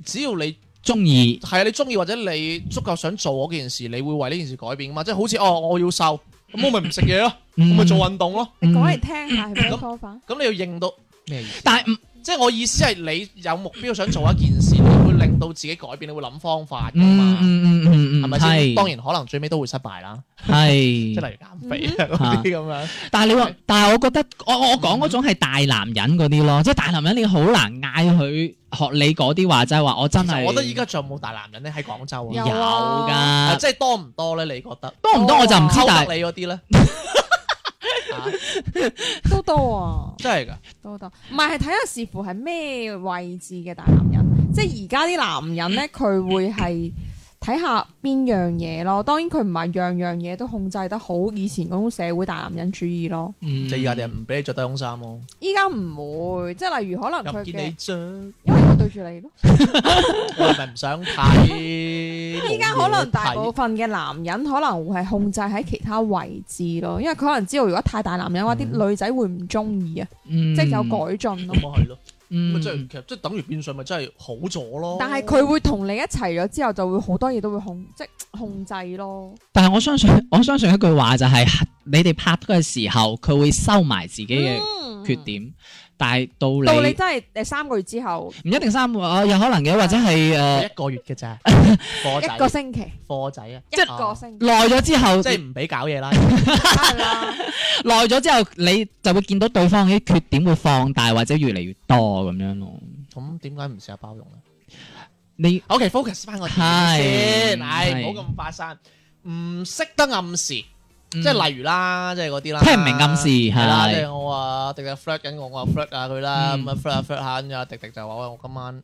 [SPEAKER 1] 只要你
[SPEAKER 3] 中意
[SPEAKER 1] 係啊，你中意或者你足夠想做嗰件事，你會為呢件事改變噶嘛？即係好似哦，我要瘦，咁 我咪唔食嘢咯，咁咪做啊運動咯。
[SPEAKER 4] 你講
[SPEAKER 3] 嗯
[SPEAKER 4] 嚟聽下係咩方法？
[SPEAKER 1] 咁你要認到咩意思？
[SPEAKER 3] 但係唔
[SPEAKER 1] 即係我意思係你有目標想做一件事，你會令到自己改變，你會諗方法噶
[SPEAKER 3] 嗯
[SPEAKER 1] 嘛？
[SPEAKER 3] 嗯嗯嗯嗯，
[SPEAKER 1] 係咪先？
[SPEAKER 3] 係嗯
[SPEAKER 1] 當然可能最尾都會失敗啦，即係例
[SPEAKER 3] 係
[SPEAKER 1] 如減肥啊嗰啲咁樣。
[SPEAKER 3] 但係你話，但係我覺得我我我講嗰種係大男人嗰啲咯，即係大男人你好難嗌佢學你嗰啲話，就係話我真
[SPEAKER 1] 其實
[SPEAKER 3] 係。
[SPEAKER 1] 我覺得依家仲有冇大男人咧？喺廣州
[SPEAKER 3] 有
[SPEAKER 1] 啊，啊
[SPEAKER 3] 㗎，
[SPEAKER 1] 即係多唔多咧？你覺得？
[SPEAKER 3] 多唔多我就唔知，
[SPEAKER 1] 哦溝
[SPEAKER 3] 但係
[SPEAKER 1] 得你嗰 啲咧？啊
[SPEAKER 4] 都多啊！
[SPEAKER 1] 真係㗎，
[SPEAKER 3] 嗯
[SPEAKER 4] 多多，唔係係睇下視乎係咩位置嘅大男人，即係而家啲男人咧，佢會係睇下邊樣嘢咯。當然佢唔係樣樣嘢都控制得好，以前嗰種社會大男人主義咯。
[SPEAKER 3] 嗯
[SPEAKER 1] 即係依家啲人唔俾你着低胸衫咯，
[SPEAKER 4] 依家唔會，即係例如可能
[SPEAKER 1] 又唔
[SPEAKER 4] 佢
[SPEAKER 1] 見你
[SPEAKER 4] 嘅，
[SPEAKER 1] 着。
[SPEAKER 4] 因為我對住你咯。
[SPEAKER 1] 我係咪唔想 睇？
[SPEAKER 4] 依家可能大部分嘅男人可能會係控制喺其他位置咯，因為佢可能知道如果太大男人嘅話，啲女仔會唔中意啊，
[SPEAKER 3] 嗯
[SPEAKER 4] 即係有改進咯
[SPEAKER 1] 咁。咪係咯，咁咪啊
[SPEAKER 3] 嗯
[SPEAKER 1] 即係其實即係等於變相咪真係好咗咯。
[SPEAKER 4] 但係佢會同你一齊咗之後，就會好多嘢都會控，即係控制咯。
[SPEAKER 3] 但係我相信， 我相信一句話就係、你哋拍拖嘅時候，佢會收埋自己嘅
[SPEAKER 4] 嗯
[SPEAKER 3] 缺點，但係到
[SPEAKER 4] 到你
[SPEAKER 3] 你
[SPEAKER 4] 真係誒三個月之後，
[SPEAKER 3] 唔一定三個，哦有可能嘅，或者係呃
[SPEAKER 1] 佢
[SPEAKER 3] 誒
[SPEAKER 1] 一個月嘅咋，
[SPEAKER 4] 一 個
[SPEAKER 1] 課仔
[SPEAKER 4] 星期，
[SPEAKER 1] 課仔啊，
[SPEAKER 4] 一個星期，
[SPEAKER 3] 耐咗之後，
[SPEAKER 1] 即係唔俾搞嘢啦。
[SPEAKER 4] 梗係啦。
[SPEAKER 3] 耐咗之後，你就會見到對方啲缺點會放大或者越嚟越多咁樣咯。
[SPEAKER 1] 咁點解唔試下包容咧
[SPEAKER 3] 你
[SPEAKER 1] ？OK，focus 翻個點
[SPEAKER 3] 係
[SPEAKER 1] 先，唉，
[SPEAKER 3] 係
[SPEAKER 1] 唔好咁快散。唔識得暗示，
[SPEAKER 3] 即
[SPEAKER 1] 即係例如啦，即係嗰啲啦，
[SPEAKER 3] 嗯聽唔明暗示
[SPEAKER 1] 係啦，即
[SPEAKER 3] 係
[SPEAKER 1] 係我話迪迪 flirt 緊我，我話 flirt 下佢啦，
[SPEAKER 3] 嗯
[SPEAKER 1] 咁啊 flirt 下 flirt 下，咁啊迪迪就話喂，我今晚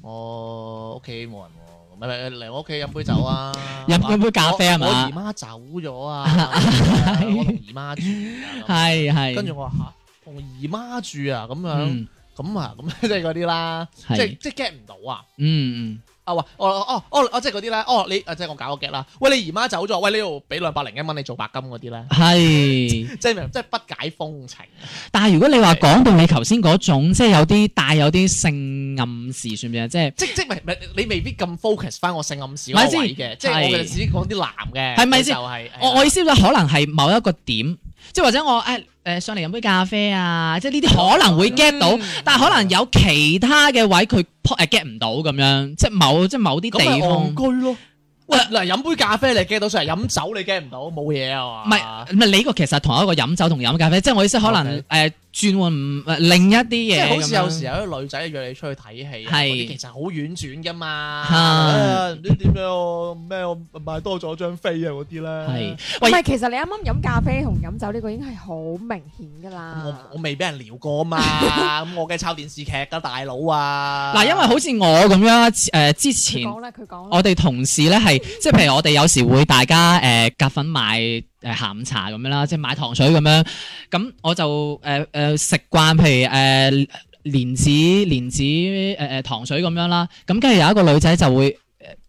[SPEAKER 1] 我屋企冇人喎，咪咪嚟我屋企飲杯酒啊，
[SPEAKER 3] 飲飲杯咖啡係嘛
[SPEAKER 1] 我我姨媽走咗啊，我同姨媽住啊，
[SPEAKER 3] 係 係，
[SPEAKER 1] 咁跟住我話吓，同姨媽住啊，咁樣
[SPEAKER 3] 嗯
[SPEAKER 1] 咁啊，咁 即係嗰啲啦，即
[SPEAKER 3] 係
[SPEAKER 1] 係即係 get 唔到啊，
[SPEAKER 3] 嗯嗯
[SPEAKER 1] 啊話哦哦哦哦，即係嗰啲咧，哦你啊即係我搞個 get 啦，喂你姨媽走咗，喂呢度俾兩百零一蚊你做白金嗰啲咧，
[SPEAKER 3] 嗯係。
[SPEAKER 1] 即係明即係不解風情，
[SPEAKER 3] 但係如果你話
[SPEAKER 1] 係
[SPEAKER 3] 講到你頭先嗰種，即係有啲帶有啲性暗示，算唔算啊？即係
[SPEAKER 1] 即即係咪咪你未必咁 focus 翻我性暗示
[SPEAKER 3] 咪
[SPEAKER 1] 嗰個
[SPEAKER 3] 先
[SPEAKER 1] 位嘅，即係我
[SPEAKER 3] 係
[SPEAKER 1] 嘅只講啲男嘅，
[SPEAKER 3] 係咪先
[SPEAKER 1] 就係係
[SPEAKER 3] 我
[SPEAKER 1] 啦
[SPEAKER 3] 我意思就可能係某一個點，即係或者我誒誒、上嚟飲杯咖啡啊，即係
[SPEAKER 1] 哦
[SPEAKER 3] 呢啲可能會 get 到，
[SPEAKER 1] 嗯
[SPEAKER 3] 但係可能有其他嘅位佢 po- 誒 get 唔到咁樣，即係某即係某啲
[SPEAKER 1] 咁咪
[SPEAKER 3] 地方。
[SPEAKER 1] 戇居咯。喂，嗱，飲杯咖啡你 get 到上嚟，飲酒你 get 唔到，冇嘢啊
[SPEAKER 3] 唔
[SPEAKER 1] 嘛。
[SPEAKER 3] 係唔係，你個其實同一個飲酒同飲咖啡，即係我意思可能
[SPEAKER 1] OK
[SPEAKER 3] 誒轉換唔誒另一啲
[SPEAKER 1] 即
[SPEAKER 3] 嘢
[SPEAKER 1] 係
[SPEAKER 3] 咁樣。
[SPEAKER 1] 好似有時有啊啲女仔約你出去睇戲啊，
[SPEAKER 3] 係
[SPEAKER 1] 嗰啲其實好婉轉噶嘛。
[SPEAKER 3] 係
[SPEAKER 1] 啊唔知點樣我咩我買多咗張飛啊嗰啲咧
[SPEAKER 3] 係。
[SPEAKER 4] 唔
[SPEAKER 3] 喂
[SPEAKER 4] 係，其實你啱啱飲咖啡同飲酒呢個已經係好明顯㗎啦。
[SPEAKER 1] 我我未俾人撩過啊 嘛，咁我梗係抄電視劇㗎大佬啊。
[SPEAKER 3] 嗱，因為好似我咁樣誒、之
[SPEAKER 4] 佢
[SPEAKER 3] 前。
[SPEAKER 4] 講啦，佢講啦。
[SPEAKER 3] 我哋同事咧係，即係譬如我哋有時會大家誒、呃、夾份買誒、呃、下午茶咁樣啦，即係買糖水咁樣。咁我就誒誒食慣，譬如誒、呃、蓮子蓮子誒誒、呃糖水咁樣啦。咁跟住有一個女仔就會。呃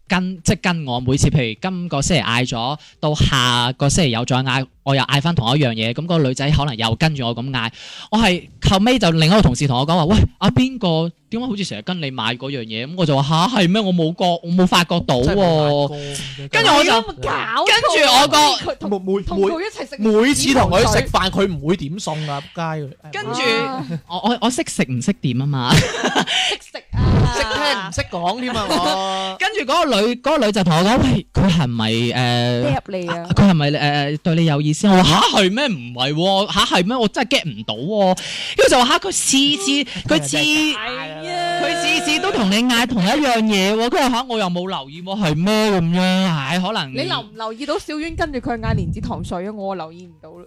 [SPEAKER 3] 跟即係跟我每次，譬如今個星期嗌咗，到下個星期又再嗌，我又嗌翻同一樣嘢，咁、個女仔可能又跟住我咁嗌，我係後尾就另一個同事同我講話，喂，阿邊個點解好似成日跟你買嗰樣嘢？咁我就話吓，係咩？我冇覺，我冇發覺到
[SPEAKER 1] 真係冇
[SPEAKER 3] 喎。
[SPEAKER 1] 買過
[SPEAKER 3] 跟住我就
[SPEAKER 4] 搞錯
[SPEAKER 3] 跟住我個
[SPEAKER 4] 佢同
[SPEAKER 1] 每每
[SPEAKER 4] 同佢一齊食，
[SPEAKER 1] 每每次同佢食飯，佢唔會點餸㗎，仆街佢。
[SPEAKER 3] 跟住
[SPEAKER 4] 啊
[SPEAKER 3] 我我我識食唔識點啊嘛。
[SPEAKER 4] 識食啊，
[SPEAKER 1] 識聽唔識講 添啊我。
[SPEAKER 3] 跟住嗰個女嗰個女就同我講，喂，佢係咪呃誒？
[SPEAKER 4] 夾你啊！
[SPEAKER 3] 佢係咪誒對你有意思？我
[SPEAKER 1] 嗯
[SPEAKER 3] 話吓係咩？唔係喎吓係咩？我真係 get 唔到喎。跟住就話吓佢次
[SPEAKER 1] 嗯
[SPEAKER 3] 次佢次
[SPEAKER 4] 係
[SPEAKER 3] 佢次次都同你嗌同一樣嘢喎。跟住吓我又冇留意喎，係咩咁樣？唉，可能
[SPEAKER 4] 你留唔留意到小婉跟住佢嗌蓮子糖水啊？我留意唔到啦。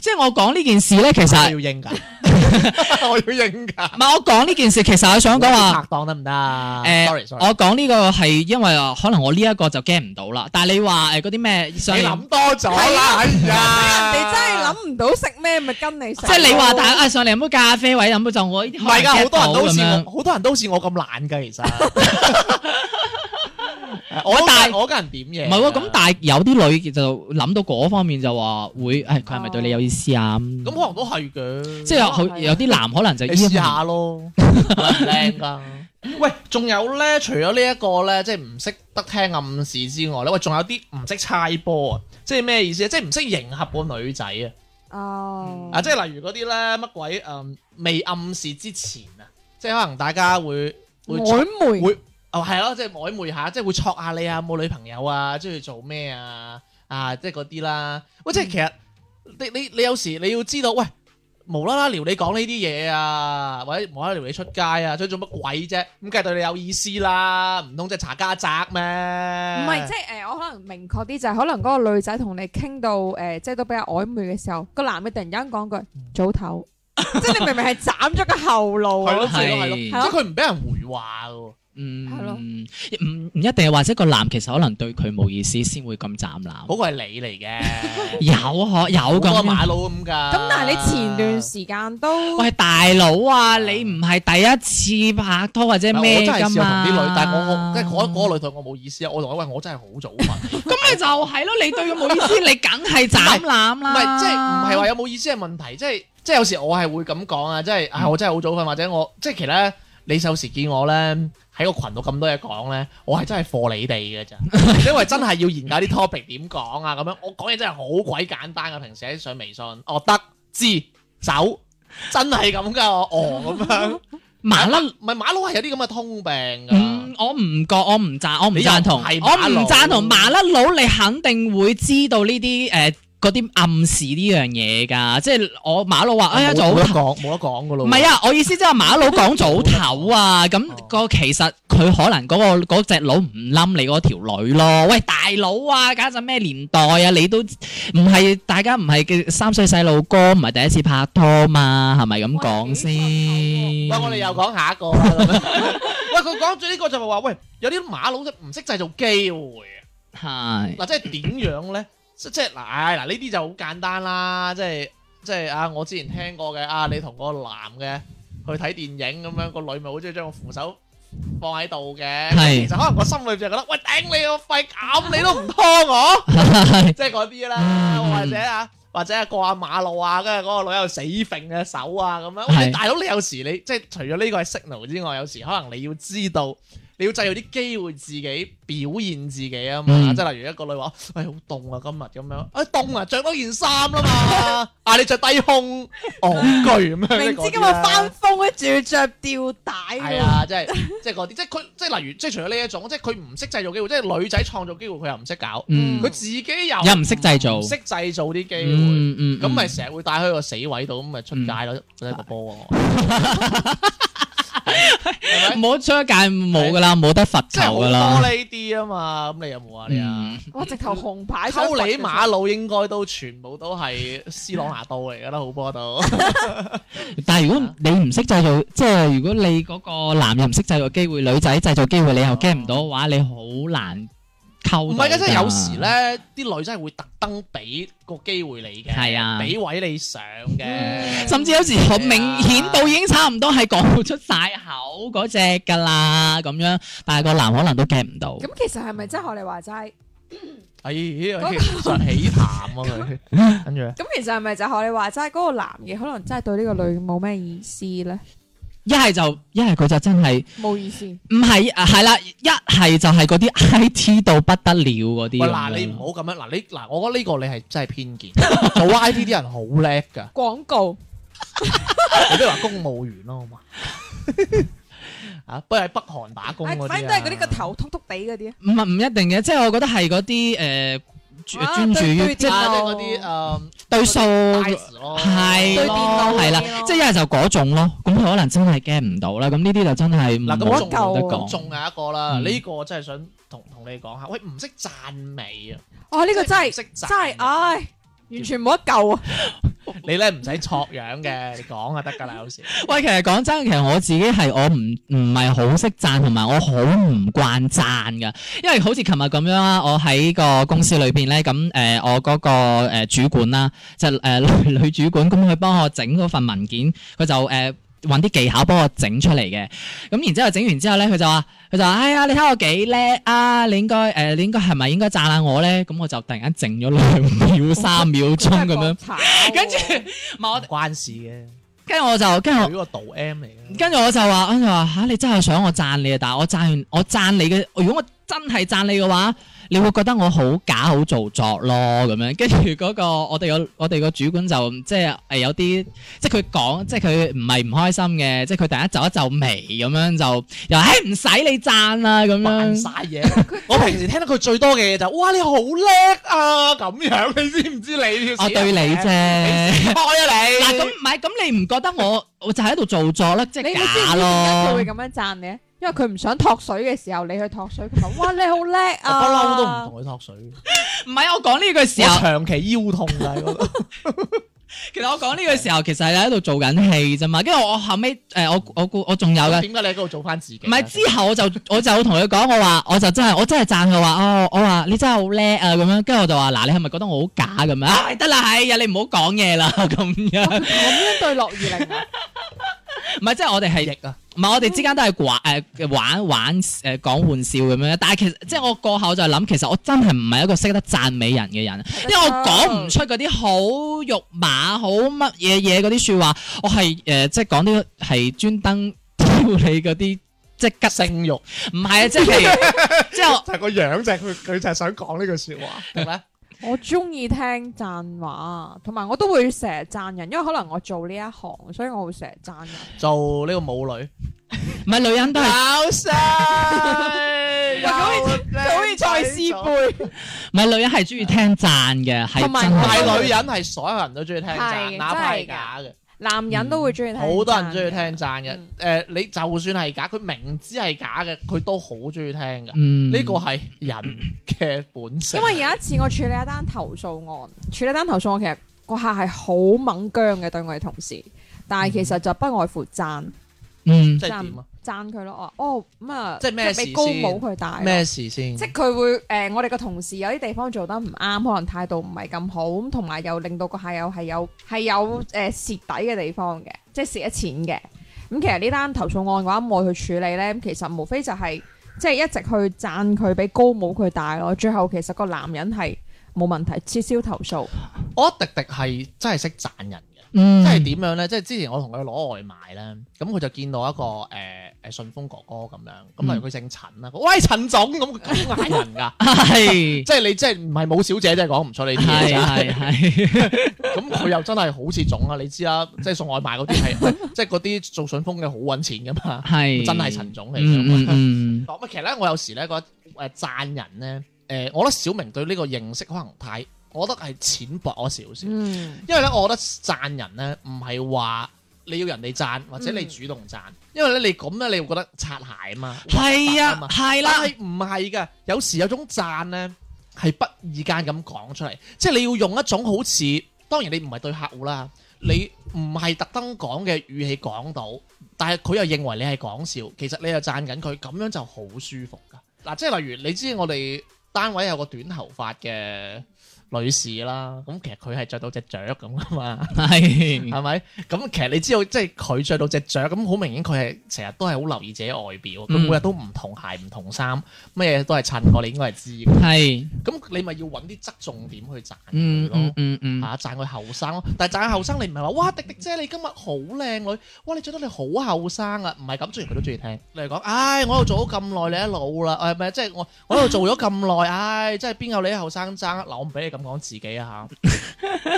[SPEAKER 3] 即係我講呢件事咧，其實
[SPEAKER 1] 我要應㗎， 我要應㗎。
[SPEAKER 3] 唔係我講呢件事，其實我想講話。
[SPEAKER 1] 拍檔得唔得啊？
[SPEAKER 3] 誒
[SPEAKER 1] sorry sorry，
[SPEAKER 3] 我講呢個係因為啊可能我呢一個就驚唔到啦。但係你話誒嗰啲咩上
[SPEAKER 1] 你
[SPEAKER 3] 嚟，
[SPEAKER 1] 諗多咗啦，哎呀，
[SPEAKER 4] 人哋真係諗唔到食咩，咪跟你食。
[SPEAKER 3] 即係你話大家啊上嚟飲杯咖啡或者飲杯酒，我呢啲
[SPEAKER 1] 唔係㗎，好多人都好
[SPEAKER 3] 咁
[SPEAKER 1] 似
[SPEAKER 3] 樣。
[SPEAKER 1] 我，好多人都好似我咁懶㗎，其實。 我
[SPEAKER 3] 但
[SPEAKER 1] 但
[SPEAKER 3] 係
[SPEAKER 1] 我個人點嘢？
[SPEAKER 3] 唔係喎，咁但係有啲女就諗到嗰方面就話會，誒佢係咪對你有意思啊？
[SPEAKER 1] 咁可能都係嘅，
[SPEAKER 3] 即係有好有啲男可能就
[SPEAKER 1] 你
[SPEAKER 3] 呢一
[SPEAKER 1] 試
[SPEAKER 3] 方面
[SPEAKER 1] 下咯，唔靚㗎。E 喂，仲有咧，除咗呢一個咧，即係唔識得聽暗示之外咧，喂，仲有啲唔識猜波啊！即係咩意思啊？即係唔識迎合個女仔啊！
[SPEAKER 4] 哦，
[SPEAKER 1] 啊，即係例如嗰啲咧乜鬼誒、嗯未暗示之前啊，即係可能大家會會戳
[SPEAKER 4] 曖昧
[SPEAKER 1] 會哦係咯，即係曖昧下，即係會戳下你啊，冇女朋友啊，中意做咩啊啊，即係嗰啲啦。喂，
[SPEAKER 4] 嗯
[SPEAKER 1] 即係其實你你你有時你要知道，喂無啦啦撩你講呢啲嘢啊，或者無啦啦撩你出街啊，想做乜鬼啫？咁梗係對你有意思啦，唔通即係查家宅咩？
[SPEAKER 4] 唔
[SPEAKER 1] 唔
[SPEAKER 4] 係即係誒，我可能明確啲就係可能嗰個女仔同你傾到誒，即係都比較曖昧嘅時候，個男嘅突然間講句
[SPEAKER 1] 嗯
[SPEAKER 4] 早唞，即係你明明係斬咗個後路
[SPEAKER 1] 係
[SPEAKER 4] 啊
[SPEAKER 1] 咯，係咯，係咯，
[SPEAKER 4] 係
[SPEAKER 1] 即係佢唔俾人回話喎。
[SPEAKER 4] 係咯
[SPEAKER 3] 嗯，唔唔一定，或者個男其實可能對佢冇意思先會咁斬攬。
[SPEAKER 1] 嗰個係你嚟嘅，
[SPEAKER 3] 有可有
[SPEAKER 1] 好
[SPEAKER 3] 咁
[SPEAKER 1] 多
[SPEAKER 3] 樣
[SPEAKER 1] 馬佬咁㗎。
[SPEAKER 4] 咁但係你前段時間都
[SPEAKER 3] 喂，大佬啊，你唔係第一次拍拖或者
[SPEAKER 1] 我
[SPEAKER 3] 咩
[SPEAKER 1] 真係
[SPEAKER 3] 噶
[SPEAKER 1] 試過同
[SPEAKER 3] 嘛？
[SPEAKER 1] 啲女，但係我我即係嗰嗰個女對我冇意思啊！我同佢喂，我真係好早瞓，
[SPEAKER 3] 咁你就係咯，你對佢冇意思，你梗係斬攬
[SPEAKER 1] 唔
[SPEAKER 3] 啦。
[SPEAKER 1] 係即係唔係話有冇意思嘅問題，即係即係有時我係會咁講啊，即係
[SPEAKER 3] 嗯
[SPEAKER 1] 啊我真係好早瞓，或者我即係其實咧，你有時見我咧喺個群度咁多嘢講咧，我係真係貨你哋嘅 咋，因為真係要研究啲 topic 點講啊咁樣，我講嘢真係好鬼簡單啊！平時喺上微信，哦得知走，真係咁㗎，我哦咁樣，
[SPEAKER 3] 馬甩。
[SPEAKER 1] 唔係馬佬係有啲咁嘅通病㗎。
[SPEAKER 3] 嗯，我唔覺，我唔贊，我唔
[SPEAKER 1] 你又
[SPEAKER 3] 贊同，
[SPEAKER 1] 係
[SPEAKER 3] 我
[SPEAKER 1] 馬
[SPEAKER 3] 唔
[SPEAKER 1] 佬
[SPEAKER 3] 贊同麻甩佬，你肯定會知道呢啲誒嗰啲暗示呢樣嘢㗎，即係我馬佬話，哎呀
[SPEAKER 1] 冇
[SPEAKER 3] 早
[SPEAKER 1] 冇得
[SPEAKER 3] 唞，
[SPEAKER 1] 講，冇得講㗎咯。
[SPEAKER 3] 唔係啊，我意思即係馬佬講早唞啊，咁
[SPEAKER 1] 哦
[SPEAKER 3] 個其實佢可能嗰個嗰隻佬唔冧你嗰條女咯，喂大佬啊，家陣咩年代啊，你都唔係大家唔係嘅三歲細路哥，唔係第一次拍拖嘛，係咪咁講先？
[SPEAKER 1] 喂，我哋又講下一個啦。咁樣喂，佢講咗呢個就係話，喂，有啲馬佬真係唔識製造機會啊。
[SPEAKER 3] 係。
[SPEAKER 1] 嗱，即係點樣咧？即即係嗱，唉嗱呢啲就好簡單啦。即係即係啊，我之前聽過嘅啊，你同個男嘅去睇電影咁樣，個女咪好中意將個扶手放喺度嘅，
[SPEAKER 3] 係
[SPEAKER 1] 其實可能我心裏邊就覺得，喂頂你個肺咁，你都唔拖我，即係嗰啲啦，
[SPEAKER 3] 嗯
[SPEAKER 1] 或者啊，或者啊過下馬路啊，跟住嗰個女又死揈嘅手啊咁樣。
[SPEAKER 3] 係
[SPEAKER 1] 喂，大佬你有時你即係除咗呢個係 signal 之外，有時可能你要知道。你要製造啲機會自己表現自己啊嘛，
[SPEAKER 3] 嗯
[SPEAKER 1] 即係例如一個女話：，喂，好凍啊，今日咁樣，啊凍啊，着多件衫啦嘛，啊你着低胸，戇居咁樣。
[SPEAKER 4] 明
[SPEAKER 1] 即係
[SPEAKER 4] 知
[SPEAKER 1] 嗰啲啊
[SPEAKER 4] 今日
[SPEAKER 1] 啦
[SPEAKER 4] 翻風咧，仲要着吊帶
[SPEAKER 1] 係
[SPEAKER 4] 喎。
[SPEAKER 1] 啊，即係 即係嗰啲，即係佢即係例如，即係除咗呢一種，即係佢唔識製造機會，即係女仔創造機會，佢又唔識搞，
[SPEAKER 3] 嗯
[SPEAKER 1] 佢自己又
[SPEAKER 3] 又唔識製造
[SPEAKER 1] 唔識製造啲機會，
[SPEAKER 3] 嗯嗯，
[SPEAKER 1] 咁咪
[SPEAKER 3] 嗯
[SPEAKER 1] 成日會帶去個死位度，咁咪出界咯，一個波啊！係咪？
[SPEAKER 3] 冇出界冇噶啦，冇得罰
[SPEAKER 1] 即係
[SPEAKER 3] 球
[SPEAKER 1] 好
[SPEAKER 3] 噶
[SPEAKER 1] 多
[SPEAKER 3] 啦
[SPEAKER 1] 呢。啲啊嘛，咁你有冇啊？你啊？
[SPEAKER 3] 嗯
[SPEAKER 4] 哇，直頭紅牌想
[SPEAKER 1] 溝
[SPEAKER 4] 罰
[SPEAKER 1] 你
[SPEAKER 4] 佢
[SPEAKER 1] 馬路應該都全部都係斯朗拿度嚟噶啦，好波 度。
[SPEAKER 3] 但係如果你唔識製造，即係如果你嗰個男人唔識製造機會，女仔製造機會，你又驚唔到嘅話，你好難溝。
[SPEAKER 1] 唔係嘅，即係有時，咧，啲女真係會特登俾個機會你嘅，
[SPEAKER 3] 係啊
[SPEAKER 1] 俾啊位你上嘅，
[SPEAKER 3] 甚至有時好明顯到已經差唔多係講出晒口嗰只噶啦，咁樣，但係個男可能都驚唔到。
[SPEAKER 4] 咁其實係咪真係學你話齋？
[SPEAKER 1] 哎呀，想起痰啊佢， 跟住
[SPEAKER 4] 咁其實係咪就學你話齋嗰個男嘅可能真係對呢個女冇咩意思咧？
[SPEAKER 3] 一係就一係佢就真係
[SPEAKER 4] 冇意思。
[SPEAKER 3] 唔係啊係啦，一係就係嗰啲 I T 到不得了嗰啲咁
[SPEAKER 1] 喂
[SPEAKER 3] 樣。
[SPEAKER 4] 啊
[SPEAKER 1] 嗱，你唔好咁樣嗱，你嗱，我覺得呢個你係真係偏見， 做 I T 啲人好叻噶，
[SPEAKER 4] 廣告
[SPEAKER 1] 你不如話公務員咯，好嘛？ 啊，不如喺北韓打工
[SPEAKER 4] 唉
[SPEAKER 1] 嗰啲啊
[SPEAKER 4] 哎反正都係嗰啲個頭禿禿地嗰啲啊。
[SPEAKER 3] 唔係唔一定嘅，即係我覺得係嗰啲誒
[SPEAKER 4] 啊
[SPEAKER 3] 專專注於
[SPEAKER 4] 對
[SPEAKER 3] 即係
[SPEAKER 1] 啊，即係嗰啲
[SPEAKER 3] 對數
[SPEAKER 1] 誒 ice 咯，
[SPEAKER 3] 係
[SPEAKER 4] 對電腦
[SPEAKER 3] 咯，係啦
[SPEAKER 4] 嗰啲咯，
[SPEAKER 3] 即係一係就嗰種咯，咁可能真係驚唔到啦。咁呢啲就真係
[SPEAKER 1] 嗱咁
[SPEAKER 3] 冇
[SPEAKER 1] 仲
[SPEAKER 3] 得
[SPEAKER 4] 夠啊
[SPEAKER 1] 咁
[SPEAKER 3] 講。
[SPEAKER 1] 仲有一個啦，
[SPEAKER 3] 嗯
[SPEAKER 1] 呢個真係想同同你講下，喂，唔識讚美啊，
[SPEAKER 4] 哦，呢個真
[SPEAKER 1] 唔
[SPEAKER 4] 係
[SPEAKER 1] 識
[SPEAKER 4] 真
[SPEAKER 1] 讚
[SPEAKER 4] 係，啊唉，完全冇得救啊！
[SPEAKER 1] 你咧唔使錯樣嘅，你講就得㗎啦，有時。
[SPEAKER 3] 喂，其實講真，其實我自己係我唔唔係好識讚，同埋我好唔慣讚噶，因為好似琴日咁樣啦，我喺個公司裏邊咧，咁誒、呃我嗰、個、呃、主管啦，就誒、呃女 女主管，咁佢幫我整嗰份文件，佢就誒。呃揾啲技巧幫我整出嚟嘅，咁然之後整完之後咧，佢就話佢就話：哎呀，你睇我幾叻啊！你應該誒、呃你應該係咪應該讚下我咧？咁我就突然間靜咗兩秒、三秒鐘咁樣，
[SPEAKER 4] 樣
[SPEAKER 3] 跟住唔係我
[SPEAKER 1] 唔，關事嘅，
[SPEAKER 4] 哦
[SPEAKER 3] 跟住我就跟住我
[SPEAKER 1] 佢嗰個導 M 嚟嘅。
[SPEAKER 3] 跟住我就話，我就話吓、你真係想我讚你啊！但係我讚完我讚你嘅，如果我真係讚你嘅話，你會覺得我好假好做作咯咁樣。跟住嗰個我哋個我哋個主管就即係誒有啲，即係佢講，即係佢唔係唔開心嘅，即係佢第一皺一皺眉咁樣就又誒唔使你讚啦咁
[SPEAKER 1] 扮
[SPEAKER 3] 樣。
[SPEAKER 1] 晒嘢， 我平時聽到佢最多嘅嘢就係哇你好叻啊咁樣，你知唔知你？
[SPEAKER 3] 我對你啫，
[SPEAKER 1] 你開啊你！
[SPEAKER 3] 嗱咁唔係咁你唔覺得我我就喺度做作啦，即
[SPEAKER 4] 你你
[SPEAKER 3] 係
[SPEAKER 4] 知唔知
[SPEAKER 3] 假
[SPEAKER 4] 點解佢
[SPEAKER 3] 咯
[SPEAKER 4] 會。咁樣讚你啊？因為佢唔想托水嘅時候，你去托水，佢話：哇，你好叻
[SPEAKER 1] 我
[SPEAKER 4] 啊！
[SPEAKER 1] 不嬲都唔同佢托水，
[SPEAKER 3] 唔係我講呢句時候
[SPEAKER 1] 我。長期腰痛 㗎喺嗰度。
[SPEAKER 3] 其實我講呢個時候，其實係喺度做緊戲啫嘛。跟住我後尾，誒、我我估我仲有
[SPEAKER 1] 咁
[SPEAKER 3] 嘅，
[SPEAKER 1] 點解你喺嗰度做翻自己啊？
[SPEAKER 3] 唔係之後我就我就同佢講，我話我就真係我真係讚佢話，哦，我話你真係好叻啊咁樣。跟住我就話嗱，你係咪覺得我好假咁樣？唉得啦，哎係呀，你唔好講嘢啦咁樣。
[SPEAKER 4] 咁樣對樂兒玲啊，
[SPEAKER 3] 唔係即係我哋係
[SPEAKER 1] 逆啊！
[SPEAKER 3] 唔係我哋之間都係玩誒、玩玩誒、講玩笑咁樣。但係其實即係我過後就諗，其實我真係唔係一個識得讚美人嘅人。因為我講唔出嗰啲好肉麻、好乜嘢嘢嗰啲説話，我係誒、呃即係講啲係專登挑你嗰啲，即係吉性，
[SPEAKER 1] 性慾
[SPEAKER 3] 唔係啊，即係譬如即係我
[SPEAKER 1] 就係個樣就係佢，佢就係想講呢句説話，明咩？
[SPEAKER 4] 我中意聽讚話，同埋我都會成日讚人，因為可能我做呢一行，所以我會成日讚人。
[SPEAKER 1] 做呢個舞女，
[SPEAKER 3] 唔係女人都係
[SPEAKER 1] 搞笑，
[SPEAKER 4] 好似好似蔡思貝，
[SPEAKER 3] 唔係女人係中意聽讚嘅，係
[SPEAKER 4] 同埋
[SPEAKER 3] 真
[SPEAKER 1] 但
[SPEAKER 3] 係
[SPEAKER 1] 係女人係所有人都中意聽
[SPEAKER 4] 係
[SPEAKER 1] 讚，哪怕係
[SPEAKER 4] 真係㗎
[SPEAKER 1] 假嘅。
[SPEAKER 4] 男人都會中意聽讚嘅。
[SPEAKER 1] 嗯好多人中意聽讚嘅
[SPEAKER 4] 嗯，
[SPEAKER 1] 誒你就算係假，佢明知係假嘅，佢都好中意聽嘅。呢
[SPEAKER 3] 嗯
[SPEAKER 1] 個係人嘅本性。
[SPEAKER 4] 因為有一次我處理一單投訴案，處理一單投訴案其實個客係好猛姜嘅對我哋同事，但係其實就不外乎讚
[SPEAKER 3] 嗯
[SPEAKER 1] 即係點啊？
[SPEAKER 4] 讚佢咯。哦，咁啊，
[SPEAKER 1] 即係咩事
[SPEAKER 4] 俾高帽
[SPEAKER 1] 先
[SPEAKER 4] 佢戴咯。
[SPEAKER 1] 咩事先？
[SPEAKER 4] 即係佢會誒、呃我哋個同事有啲地方做得唔啱，可能態度唔係咁好，咁同埋又令到個客友係有係有誒蝕、底嘅地方嘅，即係蝕咗錢嘅。咁其實呢單投訴案嘅話，咁我去處理呢，咁其實無非就係即係一直去讚佢，俾高帽佢戴咯。最後其實個男人係冇問題，撤銷投訴。
[SPEAKER 1] 我覺得迪迪係真係識賺人嘅。
[SPEAKER 3] 嗯，
[SPEAKER 1] 即係點樣咧？即係之前我同佢攞外賣咧，咁佢就見到一個誒誒順豐哥哥咁樣，
[SPEAKER 3] 嗯
[SPEAKER 1] 咁例如佢姓陳啦，喂陳總咁咁嗌人㗎，
[SPEAKER 3] 係
[SPEAKER 1] 即係你即係唔係冇小姐，真係講唔出 你啲嘢
[SPEAKER 3] 係
[SPEAKER 1] 真係。
[SPEAKER 3] 係係，
[SPEAKER 1] 咁佢又真係好似總啊，你知啦，即係送外賣嗰啲係， 即係嗰啲做順豐嘅好揾錢㗎嘛，
[SPEAKER 3] 係
[SPEAKER 1] 真係陳總嚟㗎嘛
[SPEAKER 3] 嗯嗯嗯嗯，
[SPEAKER 1] 咁啊其實咧，我有時咧覺得誒讚人咧，誒、我覺得小明對呢個認識可能太，我覺得係淺薄咗少少。
[SPEAKER 4] 嗯，
[SPEAKER 1] 因為咧，我覺得讚人咧唔係話你要人哋讚，或者你
[SPEAKER 3] 嗯
[SPEAKER 1] 主動讚，因為咧你咁咧，你會覺得擦鞋啊嘛，
[SPEAKER 3] 係
[SPEAKER 1] 核突
[SPEAKER 3] 啊，
[SPEAKER 1] 嘛但
[SPEAKER 3] 係啦，
[SPEAKER 1] 係唔係嘅，有時有種讚咧係不意間咁講出嚟，即係你要用一種好似，當然你唔係對客戶啦，你唔係特登講嘅語氣講到，但係佢又認為你係講笑，其實你又讚緊佢，咁樣就好舒服噶。嗱，即係例如你知我哋單位有個短頭髮嘅女士啦，咁其實佢係着到只雀咁噶嘛。
[SPEAKER 3] 係
[SPEAKER 1] 係咪？咁其實你知道，即係佢着到只雀，咁好明顯佢係成日都係好留意自己外表，佢
[SPEAKER 3] 嗯
[SPEAKER 1] 每日都唔同鞋、唔同衫，乜嘢都係襯過，你應該係知嘅。
[SPEAKER 3] 係，
[SPEAKER 1] 咁你咪要揾啲側重點去讚佢
[SPEAKER 3] 嗯
[SPEAKER 1] 咯
[SPEAKER 3] 嗯。嗯嗯，
[SPEAKER 1] 嚇讚佢後生咯，但係讚佢後生你唔係話哇迪迪姐你今日好靚女，哇你着得你好後生啊，唔係咁，雖然佢都中意聽，你係講，唉我喺度做咗咁耐，你一老啦，誒唔係即係我我喺度做咗咁耐，唉真係邊有你啲後生爭啊？嗱我唔俾你咁講自己 啊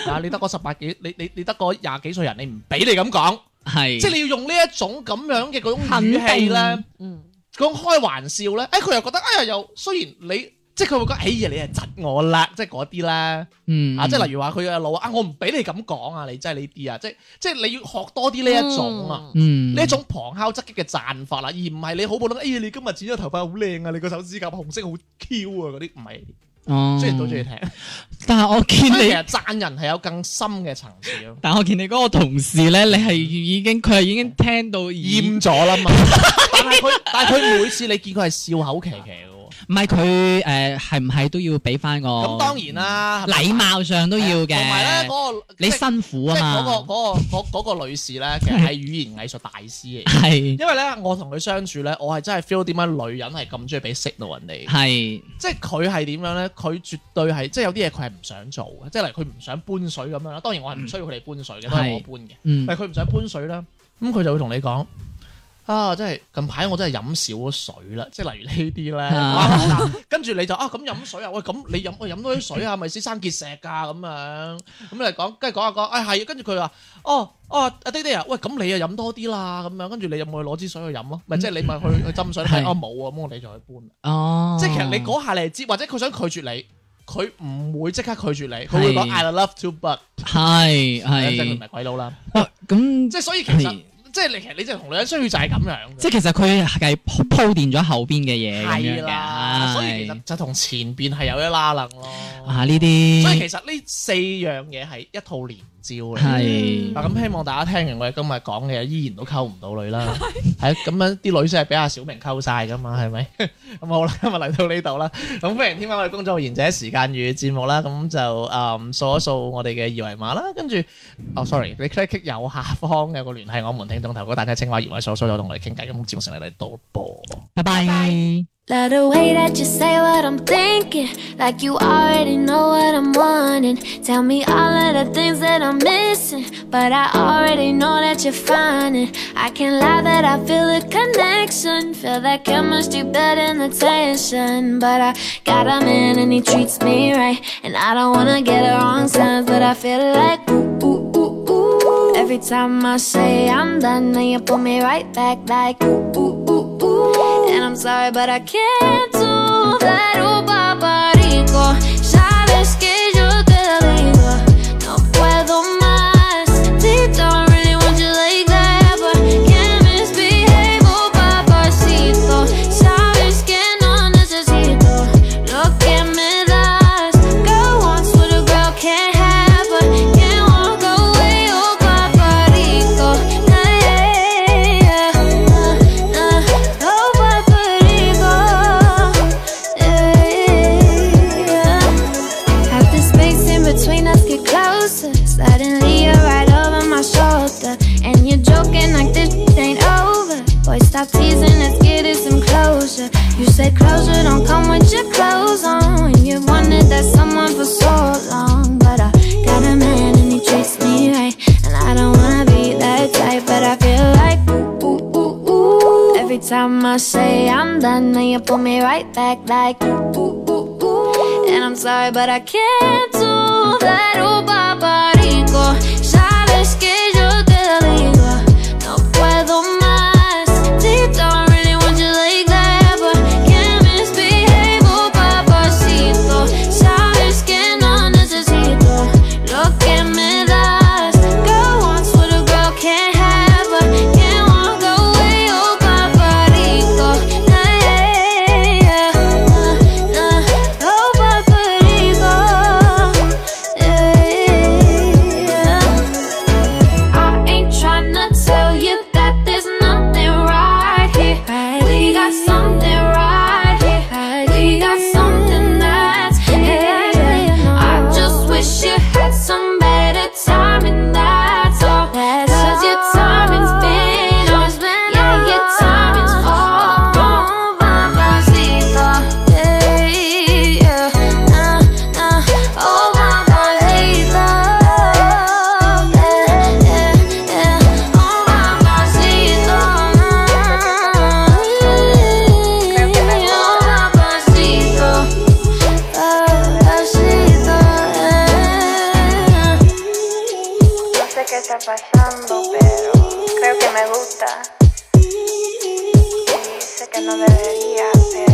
[SPEAKER 1] 嚇，啊你得個十八幾，你你你得個廿幾歲人，你唔俾你咁講，
[SPEAKER 3] 係，
[SPEAKER 1] 即係你要用呢一種咁樣嘅嗰種
[SPEAKER 4] 肯定
[SPEAKER 1] 語氣咧，
[SPEAKER 4] 嗯，
[SPEAKER 1] 講開玩笑咧，誒佢又覺得哎呀又雖然你即係佢會覺得哎呀你係窒我啦，即係嗰啲咧。
[SPEAKER 3] 嗯
[SPEAKER 1] 啊，即係例如話佢嘅老啊，我唔俾你咁講啊，你真係呢啲啊，即係即係你要學多啲呢一種啊，
[SPEAKER 3] 嗯
[SPEAKER 1] 呢一種旁敲側擊嘅讚法啦，而唔係你好普通，哎呀你今日剪咗頭髮好靚啊，你個手指甲紅色好 Q 啊嗰啲，唔係，
[SPEAKER 3] 哦
[SPEAKER 1] 雖然都中意聽，
[SPEAKER 3] 但係我見
[SPEAKER 1] 所以其
[SPEAKER 3] 你。
[SPEAKER 1] 實讚人係有更深嘅層次咯，
[SPEAKER 3] 但我見你嗰個同事咧，你係已經佢係已經聽到
[SPEAKER 1] 厭
[SPEAKER 3] 厭，
[SPEAKER 1] 咗啦嘛， 但係佢但係佢每次你見佢係笑口騎騎嘅喎，
[SPEAKER 3] 唔係佢誒係唔係都要俾翻個？
[SPEAKER 1] 咁當然啦，
[SPEAKER 3] 哦嗯禮貌上都要嘅。
[SPEAKER 1] 同埋咧嗰個
[SPEAKER 3] 你
[SPEAKER 1] 即係
[SPEAKER 3] 辛苦
[SPEAKER 1] 即
[SPEAKER 3] 啊
[SPEAKER 1] 係
[SPEAKER 3] 嘛。
[SPEAKER 1] 嗰個嗰個嗰嗰個女士咧，其實係語言藝術大師嚟嘅。
[SPEAKER 3] 係
[SPEAKER 1] 因為咧，我同佢相處咧，我係真係 feel 點解女人係咁中意俾 signal 人哋，
[SPEAKER 3] 係
[SPEAKER 1] 即係佢係點樣咧？佢絕對係即係有啲嘢佢係唔想做嘅，即係例如佢唔想搬水咁樣啦。當然我係唔需要佢哋搬水嘅，都係
[SPEAKER 3] 係
[SPEAKER 1] 我搬嘅。
[SPEAKER 3] 嗯
[SPEAKER 1] 但係佢唔想搬水啦，咁佢就會同你講。啊！真係近排我真係飲少咗水啦，即係例如呢啲咧
[SPEAKER 3] 啊
[SPEAKER 1] 哇，跟住你就啊咁飲水啊，喂咁你飲喂飲多啲水啊，咪先生結石㗎咁樣，咁你講跟住講下講，哎係，跟住佢話哦哦阿爹爹啊，喂咁你啊飲多啲啦咁樣，跟住你有冇去攞支水去飲咯？咪即係你咪去去斟水，係
[SPEAKER 3] 嗯係
[SPEAKER 1] 啊冇啊，咁我哋就去搬啦。
[SPEAKER 3] 哦，
[SPEAKER 1] 即係其實你嗰下你係知，或者佢想拒絕你，佢唔會即刻拒絕你，佢會講
[SPEAKER 3] 係
[SPEAKER 1] I love to but，
[SPEAKER 3] 係
[SPEAKER 1] 即係佢唔
[SPEAKER 3] 係
[SPEAKER 1] 係鬼佬啦。
[SPEAKER 3] 哇哦咁
[SPEAKER 1] 即
[SPEAKER 3] 即
[SPEAKER 1] 係所以其實
[SPEAKER 3] 係
[SPEAKER 1] 即係你其實你即係同女人相處就係咁樣嘅，
[SPEAKER 3] 係其實佢係鋪鋪墊咗後邊嘅嘢咁樣
[SPEAKER 1] 係
[SPEAKER 3] 嘅
[SPEAKER 1] 啦，所以其實就同前邊係有一拉楞咯。
[SPEAKER 3] 啊呢啲
[SPEAKER 1] 所以其實呢四樣嘢係一套連招嚟。
[SPEAKER 3] 係
[SPEAKER 1] 嗱咁希望大家聽完我哋今日講嘅，依然都溝唔到女啦。係咁樣啲女先係俾阿小明溝晒噶嘛，係咪？ 咁好啦，今日嚟到呢度啦。咁歡迎添加我哋公眾號賢者時間與節目啦。咁就誒掃一掃我哋嘅二維碼啦，跟住哦，sorry，你 click click 右下方有個聯繫我們聽眾投稿，大家青蛙熱位所所有同我哋傾偈。咁節目成嚟嚟到播。
[SPEAKER 3] 拜拜。
[SPEAKER 6] Love the way that you say what I'm thinking, like you already know what I'm wanting. Tell me all of the things that I'm missing, but I already know that you're finding. I can't lie that I feel the connection, feel that chemistry building the tension. But I got a man and he treats me right, and I don't wanna get the wrong signs, but I feel like ooh ooh ooh ooh. Every time I say I'm done, then you pull me right back like ooh ooh ooh ooh. And I'm sorry, but I can't do that. Oh, paparico, sabes que yo te digo, no puedo más. They don't really want you like that, but can't misbehave, oh, papacito. Sabes que no necesito lo que me das. Girl wants what a girl can't have, but can't walk away, oh, paparico. Nah, yeah, yeah, yeah. Nah, nah. Oh, paparico. Yeah, yeah. and then you pull me right back like ooh ooh ooh ooh. And I'm sorry, but I can't do that. Ooh, paparico, sabes que yo te digo no puedo más. They don't really want you like that, but can't misbehave, oh, papacito. Sabes que no necesito lo que me das. Girl wants what a girl can't have, but can't walk away, oh, paparito. Nah, yeah, yeah, yeah. Nah, nah, oh, paparito. Yeah, yeah. I ain't tryna tell you that there's nothing right here. We got something right here. We got something that's here. I just wish you had some better timing. That's all. 'Cause your timing's been off. Yeah, your timing's off. Oh, Mamacita. Yeah, yeah. Nah, nah. Oh, Mamacita. Yeah, yeah, yeah. Oh, Mamacita. Yeah, oh, Mamacita.
[SPEAKER 5] No sé qué está pasando, pero creo que me gusta. Y sé que no debería, pero.